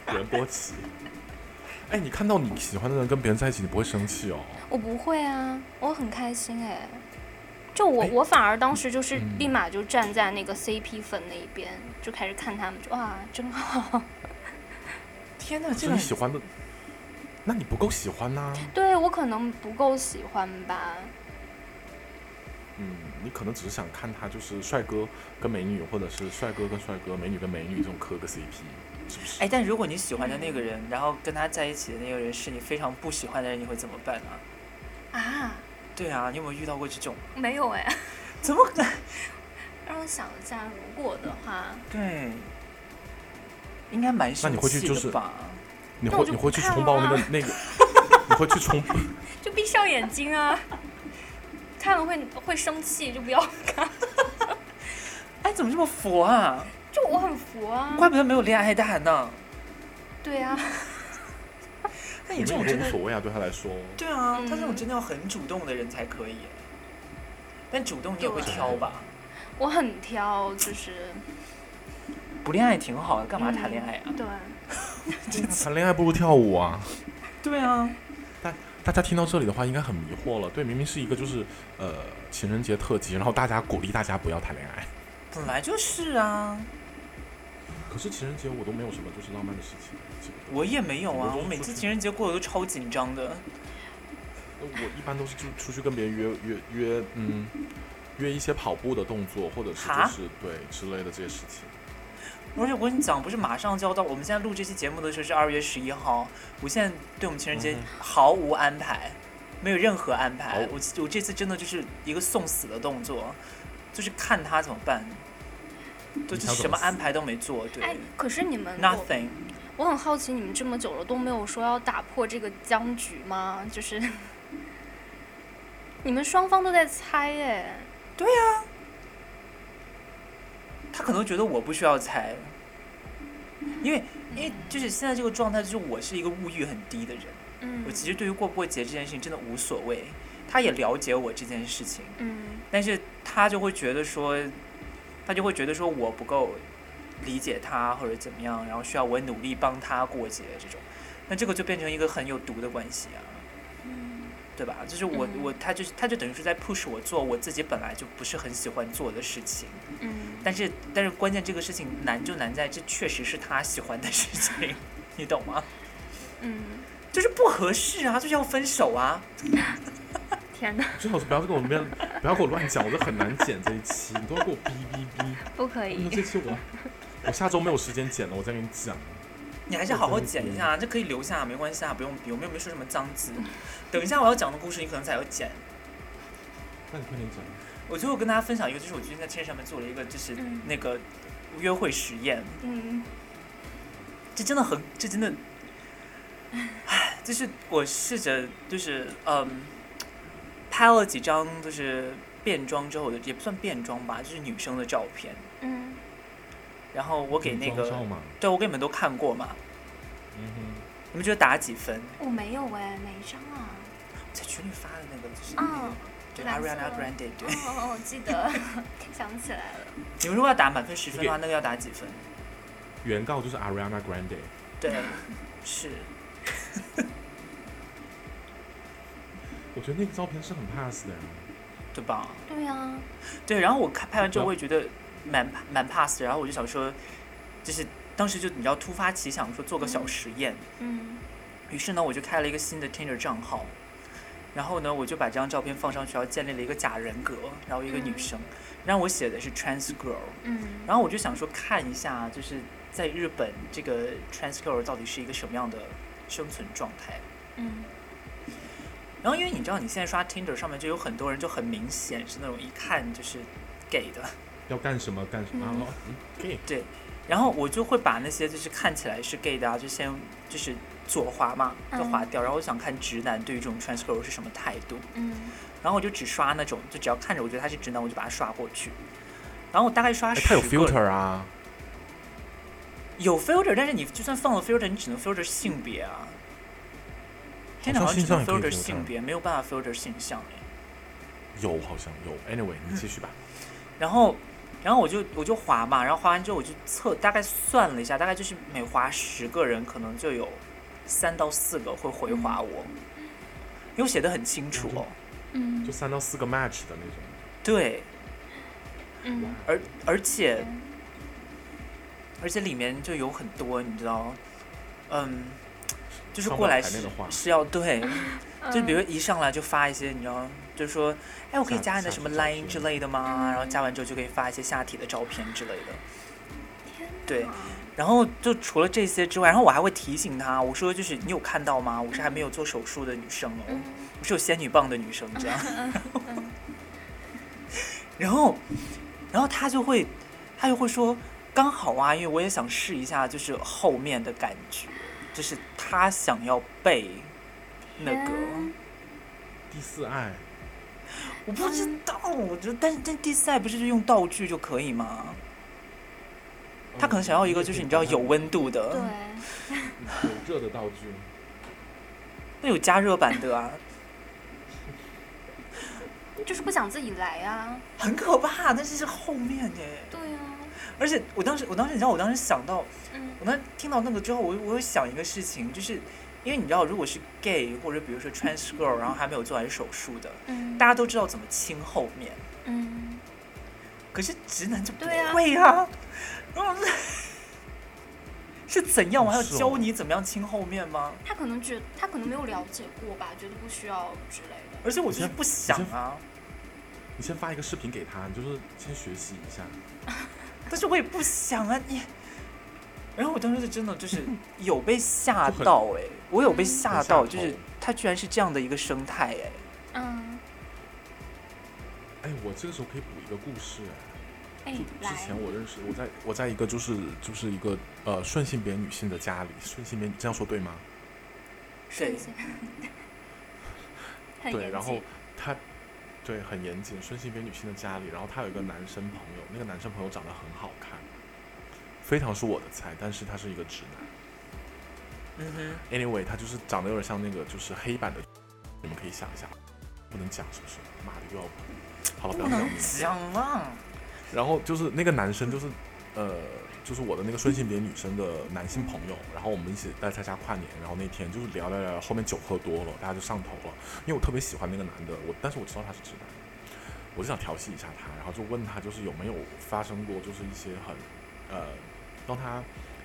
任波齐。哎，你看到你喜欢的人跟别人在一起，你不会生气哦？
我不会啊，我很开心哎。就我
哎
我反而当时就是
嗯
立马就站在那个 CP 粉那一边，就开始看他们，就哇真好。
天哪，这
是
个
你
很
喜欢的，那你不够喜欢呐、
对我可能不够喜欢吧，
嗯，你可能只是想看他就是帅哥跟美女，或者是帅哥跟帅哥、美女跟美女这种磕个 CP，是不是？
哎，但如果你喜欢的那个人，然后跟他在一起的那个人是你非常不喜欢的人，你会怎么办呢、
啊，
对啊，你有没有遇到过这种？
没有哎。
怎么可能？
让我想一下，如果的话，
对，应该蛮
那
生
你会去
气
就是
的吧？
你
那我
会
就
你
不
会去
看
冲爆那个
了啊
那个，你会去冲
就闭上眼 睛啊，看了会会生气，就不要。
哎，怎么这么佛啊？
就我很服
嗯
啊，
怪不得没有恋爱蛋呢。
对啊，
那你
你
这
们
种
也
真
无
的，
所谓啊，对他来说。
对啊，
嗯
他这种真的要很主动的人才可以。但主动你也会挑吧？
我很挑，就是
不恋爱挺好的，干嘛谈恋爱啊？
嗯对，
谈恋爱不如跳舞啊！
对啊，
大家听到这里的话，应该很迷惑了。对，明明是一个就是呃情人节特辑，然后大家鼓励大家不要谈恋爱。
本来就是啊，
可是情人节我都没有什么就是浪漫的事情，这个
我也没有啊，
我
我每次情人节过得都超紧张的。
我一般都是就出去跟别人约约约，嗯，约一些跑步的动作，或者是就
哈
是对之类的这些事情。
而且我跟你讲，不是马上就要到，我们现在录这期节目的时候是二月十一号，我现在对我们情人节
嗯
毫无安排，没有任何安排
哦。
我我这次真的就是一个送死的动作，就是看他怎么办，
你
对，就
想怎
是什
么
么
死
安排都没做，
哎
对，
可是你们我
，nothing。
我很好奇，你们这么久了都没有说要打破这个僵局吗？就是 你们双方都在猜哎耶，
他可能觉得我不需要猜，因为因为就是现在这个状态，就是我是一个物欲很低的人，
嗯
我其实对于过不过节这件事情真的无所谓，他也了解我这件事情。
嗯
但是他就会觉得说，他就会觉得说我不够理解他或者怎么样，然后需要我努力帮他过节这种，那这个就变成一个很有毒的关系啊，
嗯
对吧？就是我、
嗯
我他就是他就等于是在 push 我做我自己本来就不是很喜欢做的事情，
嗯，
但是但是关键这个事情难就难在这确实是他喜欢的事情， 你懂吗？
嗯，
就是不合适啊，就是要分手啊。
天哪，
最好是不要给我们 不要给我乱讲，我这很难剪这一期，你都要给我哔哔哔。
不可
哎
那
以，
这期我我下周没有时间剪了，我再跟你讲。
你还是好好剪一下，这可以留下，没关系啊，不用，有没有没说什么脏字。等一下我要讲的故事，你可能才要剪。
那你快点讲。
我最后跟大家分享一个，就是我最近在天上面做了一个，就是
嗯
那个约会实验，
嗯
这真的很，这真的，唉，就是我试着就是嗯，拍了几张就是变装之后的，也不算变装吧，就是女生的照片，
嗯
然后我给那
你装照
个，
嘛，
对我给你们都看过嘛，
嗯哼。
你们觉得打几分？
我没有哎，哪一张啊？
在群里发的那个就是那个
嗯，
对
蓝色
Ariana Grande 对。
哦，我记得， 想起来了。
你们如果要打满分十分的话，那个要打几分？
原告就是 Ariana Grande，
对，是，
我觉得那个照片是很 pass 的呀、
对吧？
对啊呀、
对，然后我看拍完之后，
对
我也觉得蛮蛮 pass 的，然后我就想说，就是当时就你知道突发奇想说做个小实验，
嗯
于是呢我就开了一个新的 Tinder 账号，然后呢我就把这张照片放上去，然后建立了一个假人格，然后一个女
嗯
生，然后我写的是 trans girl，
嗯
然后我就想说看一下，就是在日本这个 trans girl 到底是一个什么样的生存状态。
嗯
然后因为你知道，你现在刷 Tinder 上面就有很多人就很明显是那种一看就是 gay 的，
要干什么干什么。
嗯
然后嗯，可以。
然后我就会把那些就是看起来是 gay 的啊，就先就是左滑嘛，就滑掉。然后我想看直男对于这种 trans girl 是什么态度，
嗯
然后我就只刷那种，就只要看着我觉得他是直男，我就把他刷过去。然后我大概刷
哎，
十
他
个，
有 filter 啊，
有 filter，但是你就算放了 filter，你只能 filter 性别啊。天哪，
好
好
像
像
性向也
只能
可
filter
以
性
filter
别，没有办法 filter 性向哎。
有好像有，anyway，你继续吧。
然后，然后我就我就划嘛，然后划完之后我就测，大概算了一下，大概就是每划十个人，可能就有三到四个会回划我，因为我写的很清楚哦。
嗯
就三到四个 match 的那种，
对，
嗯，
而而且而且里面就有很多，你知道，嗯，就是
上
过
不来
来
那
是
个话
是要对，
嗯
就比如一上来就发一些，你知道，就说，哎，我可以
下
加你的
下
什么
体照
line
片
之类的吗？然后
嗯
加完之后就可以发一些下体的照片之类的。
天哪
对，然后就除了这些之外，然后我还会提醒她，我说就是你有看到吗？我是还没有做手术的女生哦，
嗯
我是有仙女棒的女生这 样。然后，然后她就会，她就会说刚好啊，因为我也想试一下，就是后面的感觉，就是她想要被那个，
天
第四爱，
我不知道，我觉得但是但第四代不是就用道具就可以吗？她可能想要一个就是你知道有温度的，
对，
嗯呃有热的道具，
那有加热版的啊，
就是不想自己来啊，
很可怕，但是是后面哎。
对啊，
而且我当时，我当时你知道，我当时想到，
嗯
我当时听到那个之后，我我有想一个事情，就是因为你知道，如果是 gay 或者比如说 trans girl，然后还没有做完手术的，
嗯，
大家都知道怎么亲后面，
嗯，
可是直男就不
对啊
会啊， 然后我是是怎样？我还要
是哦
教你怎么样亲后面吗？
他可能觉他可能没有了解过吧，觉得不需要之类的，
而且我就是不想
你
啊，
你先发一个视频给他，你就是先学习一下。
但是我也不想啊你。然后我当时是真的就是有被吓
就很
到哎、我有被
嗯
吓
很吓
到，就是
头
它居然是这样的一个生态哎、
嗯，
哎，我这个时候可以补一个故事哎。
哎
就，之
来
前，我认识，我在我在一个就是就是一个呃顺性别女性的家里，顺性别女这样说对吗？
对
顺 性很
对，
严
然后
谨
她对很严谨，顺性别女性的家里，然后她有一个男生朋友，那个男生朋友长得很好看，非常是我的菜，但是他是一个直男。
嗯哼。
Anyway，他就是长得有点像那个就是黑板的，你们可以想一下，不能讲是不是？妈的又要好了，不
不
要讲
能
名字。
讲啊！
然后就是那个男生，就是呃，就是我的那个顺性别女生的男性朋友，然后我们一起在他家跨年，然后那天就是聊聊聊，后面酒喝多了，大家就上头了，因为我特别喜欢那个男的，我但是我知道他是直男，我就想调戏一下他，然后就问他就是有没有发生过就是一些很呃让他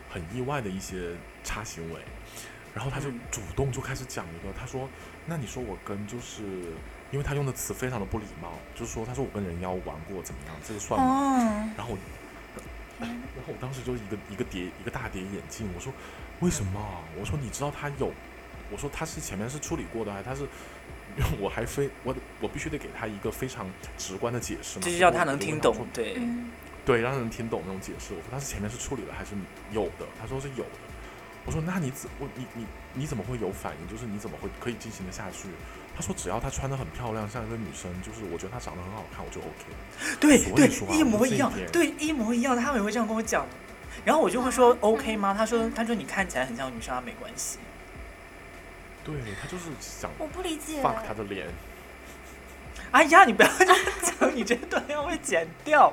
很意外的一些差行为，然后他就
嗯
主动就开始讲一个，他说那你说我跟就是。因为他用的词非常的不礼貌，就是说，他说我跟人妖玩过怎么样，这个算吗？
哦，
然后我，哎然后我当时就是一个一个叠一个大叠眼镜，我说为什么啊？我说你知道他有，我说他是前面是处理过的，还他是，我还非我我必须得给他一个非常直观的解释嘛，
就是
所以
要
我
他能
我就
听
问
懂
说，
对，
嗯，
对，让人听懂那种解释。我说他是前面是处理了还是有的？他说是有的。我说那你怎我你你你怎么会有反应？就是你怎么会可以进行的下去？他说只要她穿的很漂亮，像一个女生，就是我觉得她长得很好看，我就 OK。
对
所以
对
说，啊
一模一样
我们这一，点
对，一模一样，他们也会这样跟我讲，然后我就会说 OK 吗？他说他说你看起来很像女生啊，没关系。
对他就是想
我不理解，
fuck 他的脸。
哎呀，你不要这样讲，你这段要被剪掉，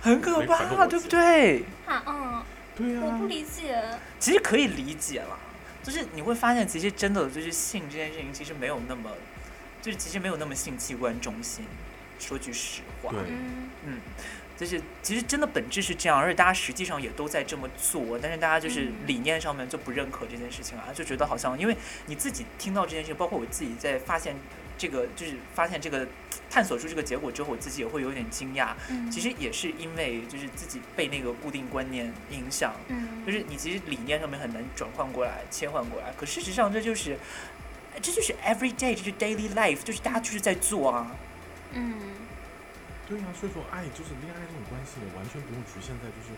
很可
没反正
怕，
我
对不对？
啊，嗯，
对呀、
我不理解，
其实可以理解啦，就是你会发现，其实真的就是性这件事情，其实没有那么，就是其实没有那么性器官中心。说句实话，
对
嗯
嗯，就是其实真的本质是这样，而且大家实际上也都在这么做，但是大家就是
嗯
理念上面就不认可这件事情啊，就觉得好像因为你自己听到这件事情，包括我自己在发现这个，就是发现这个探索出这个结果之后，我自己也会有点惊讶。
嗯，
其实也是因为就是自己被那个固定观念影响，
嗯，
就是你其实理念上面很难转换过来、切换过来，可事实上这就是。这就是 every day，这就是 daily life，就是大家就是在做啊。
嗯
啊对呀、所以说爱就是恋爱这种关系，完全不用局限在就是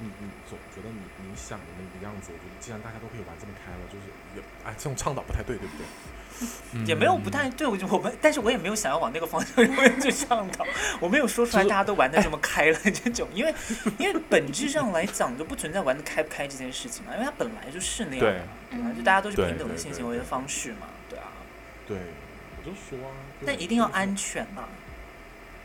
你你总觉得你你想的那个样子，我觉得既然大家都可以玩这么开了，就是也哎这种倡导不太对，对不对？
也没有
嗯
不太对，我就我们，但是我也没有想要往那个方向去倡导， 我没有说出来
就是
大家都玩的这么开了这种，因为因为本质上来讲就不存在玩的开不开这件事情嘛，因为它本来就是那样
对
的，本来就大家都是
对
平等的
对
性
对
行为的
对
方式嘛，对啊，
对，我就说啊，对
但一定要
就是
安全嘛，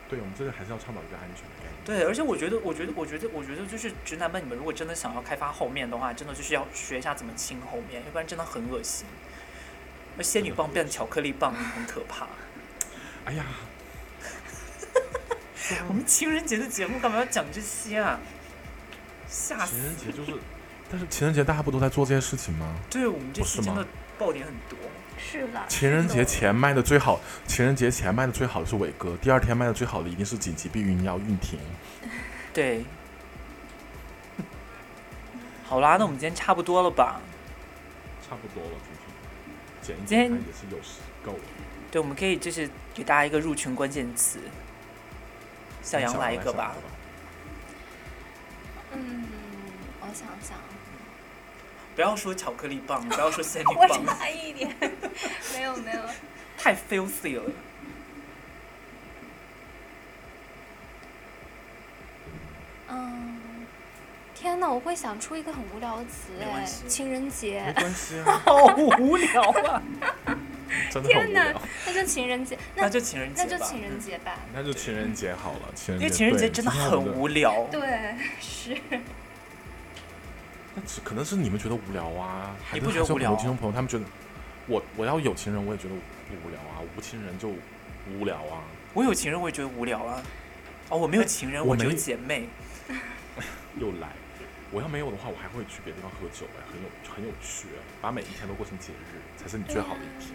对，我们这个还是要倡导一个安全的概念。
对，而且我觉得，我觉得，我觉得，我觉得就是直男们，你们如果真的想要开发后面的话，真的就是要学一下怎么清后面，要不然真的很恶心。而仙女棒变成巧克力棒很可怕。
哎呀，
我们情人节的节目干嘛要讲这些啊？吓
情
死！
人节就是，但是情人节大家不都在做这些事情吗？
对我们这
不
期
是
真
吗
的爆点很多。
是啦。
情人
是
节
的
前卖的最好，情人节前卖的最好的是伟哥，第二天卖的最好的一定是紧急避孕药孕婷。
对。好啦，那我们今天差不多了吧？
差不多了，今天
今
剪一剪
天
它也是有时够了。
对，我们可以就是给大家一个入群关键词。小杨来一个吧。
嗯，我想想，
不要说巧克力棒，不要说仙女
我
棒，
差一点，没有没有，
太 filthy 了。
嗯，天哪，我会想出一个很无聊的词
没关
哎
系，
情人
没
节，
关系 啊，
好无聊啊！
真的很无
天哪
聊。，
那就情人节，
那
那
就情人节吧，
那就情人节吧，
那就情人节好了，情人
因
节
为情人节真的很
无。
无聊。
对，是，
那只可能是你们觉得无聊啊，还
你
是
不觉得
还是有
无聊
很多听众朋友他们觉得，我我要有情人我也觉得无聊啊，无情人就无聊啊。
我有情人，我也觉得无聊啊。哦，我没有情人，
哎我
我只有
没
姐妹。
又来，我要没有的话，我还会去别的地方喝酒哎，很有很有趣哎，把每一天都过成节日才是你最好的一天。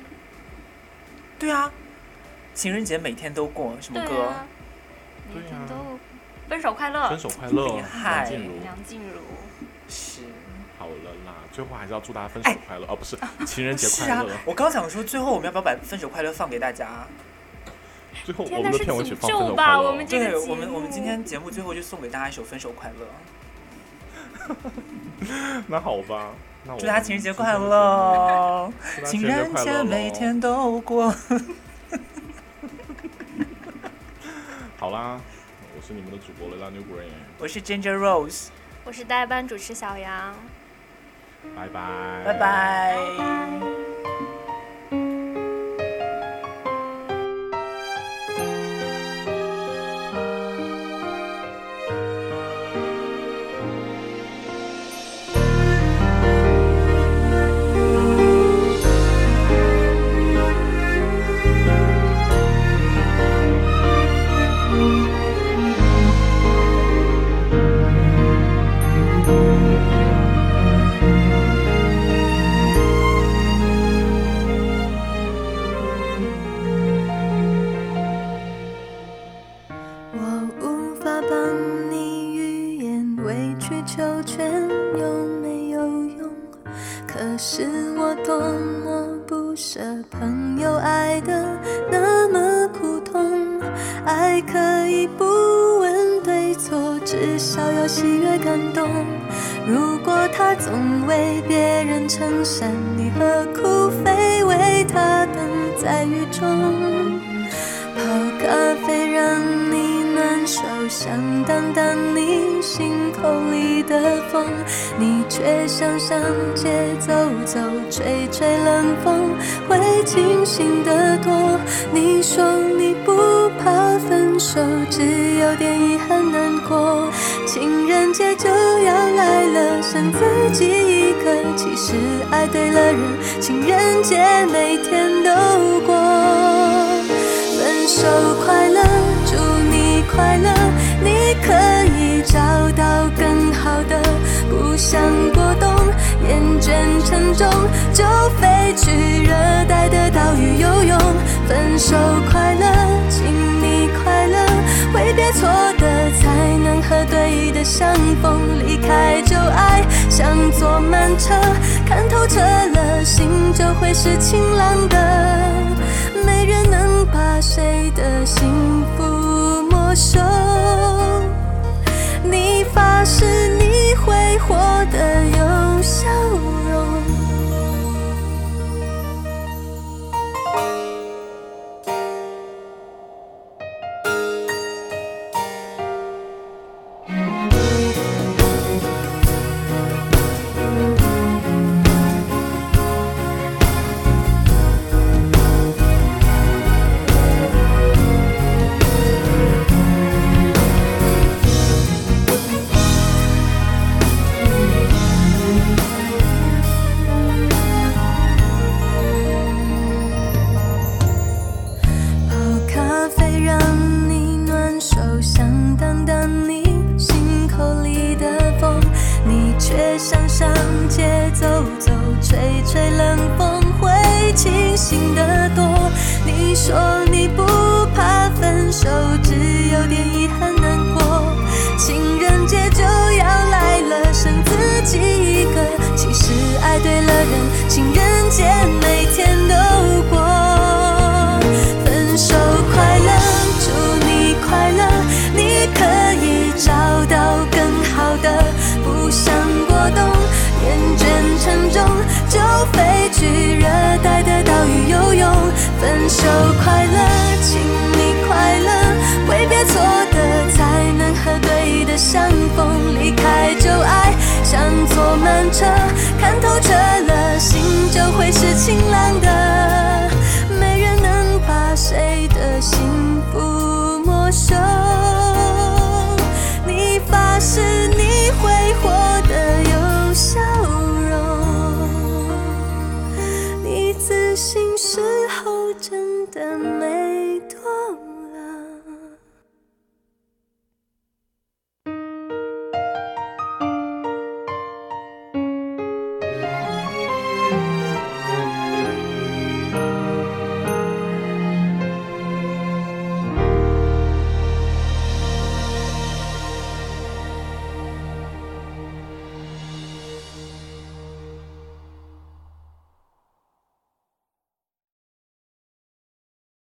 对啊，情人节每天都过，什么
对
歌？
啊，每
对
天
啊
都分手快乐
分，手快乐，
嗯
哦
厉害
梁静茹。
梁静茹，
是。
好了啦，最后还是要祝大家分手快乐，哦不是情人节
哎是
快
啊
乐。，
我刚想说，最后我们要不要把《分手快乐》放给大家？
最后
天
我们的
哪是
片尾
诅
曲放分
咒
手
吧
快乐哦。
我们这个
对
节
我们，我们
目
今天节目最后就送给大家一首《分手快乐
那好吧，那我》，
祝大家情人节快
们今天就到这里，祝大家
乐，情
情人
人
节快
节
乐
每
喽
天都过。
好啦，我是你们的主播流浪牛 Green，
我是 Ginger Rose，
我是代班主持小杨，
拜拜，
拜。拜。
拜拜。
我无法帮你预言委曲求全有没有用，可是我多么不舍，朋友爱的那么苦痛，爱可以不问对错，至少要喜悦感动。如果他总为别人撑伞，你何苦非为他等在雨中？泡咖啡让你暖手，想挡挡你心口里的风，你却想上街走走，吹吹冷风，会清醒得多。你说你不怕分手，只有点遗憾难过。情人节就要来了，剩自己一个，其实爱对了人，情人节每天都过。分手快乐，祝你快乐，你可以找到更好的。不想过冬，厌倦沉重，就飞去热带的岛屿游泳。分手快乐，请你快乐，挥别错的才能和对的相逢。离开旧爱，像坐慢车，看透彻了，心就会是晴朗的。没人能把谁的幸福没收。你发誓你会活得有笑容。泡哦咖啡让你暖手，想挡挡你心口里的风，你却想上街走走，吹吹冷风会清醒得多。你说你不怕分手，只有点遗憾难过。情人节就要来了，剩自己一个。其实爱对了人，情人节每天都过。分手快乐，祝你快乐，你可以找到更好的。不想过冬，厌倦沉重，就飞去热带的岛屿游泳。分手快乐，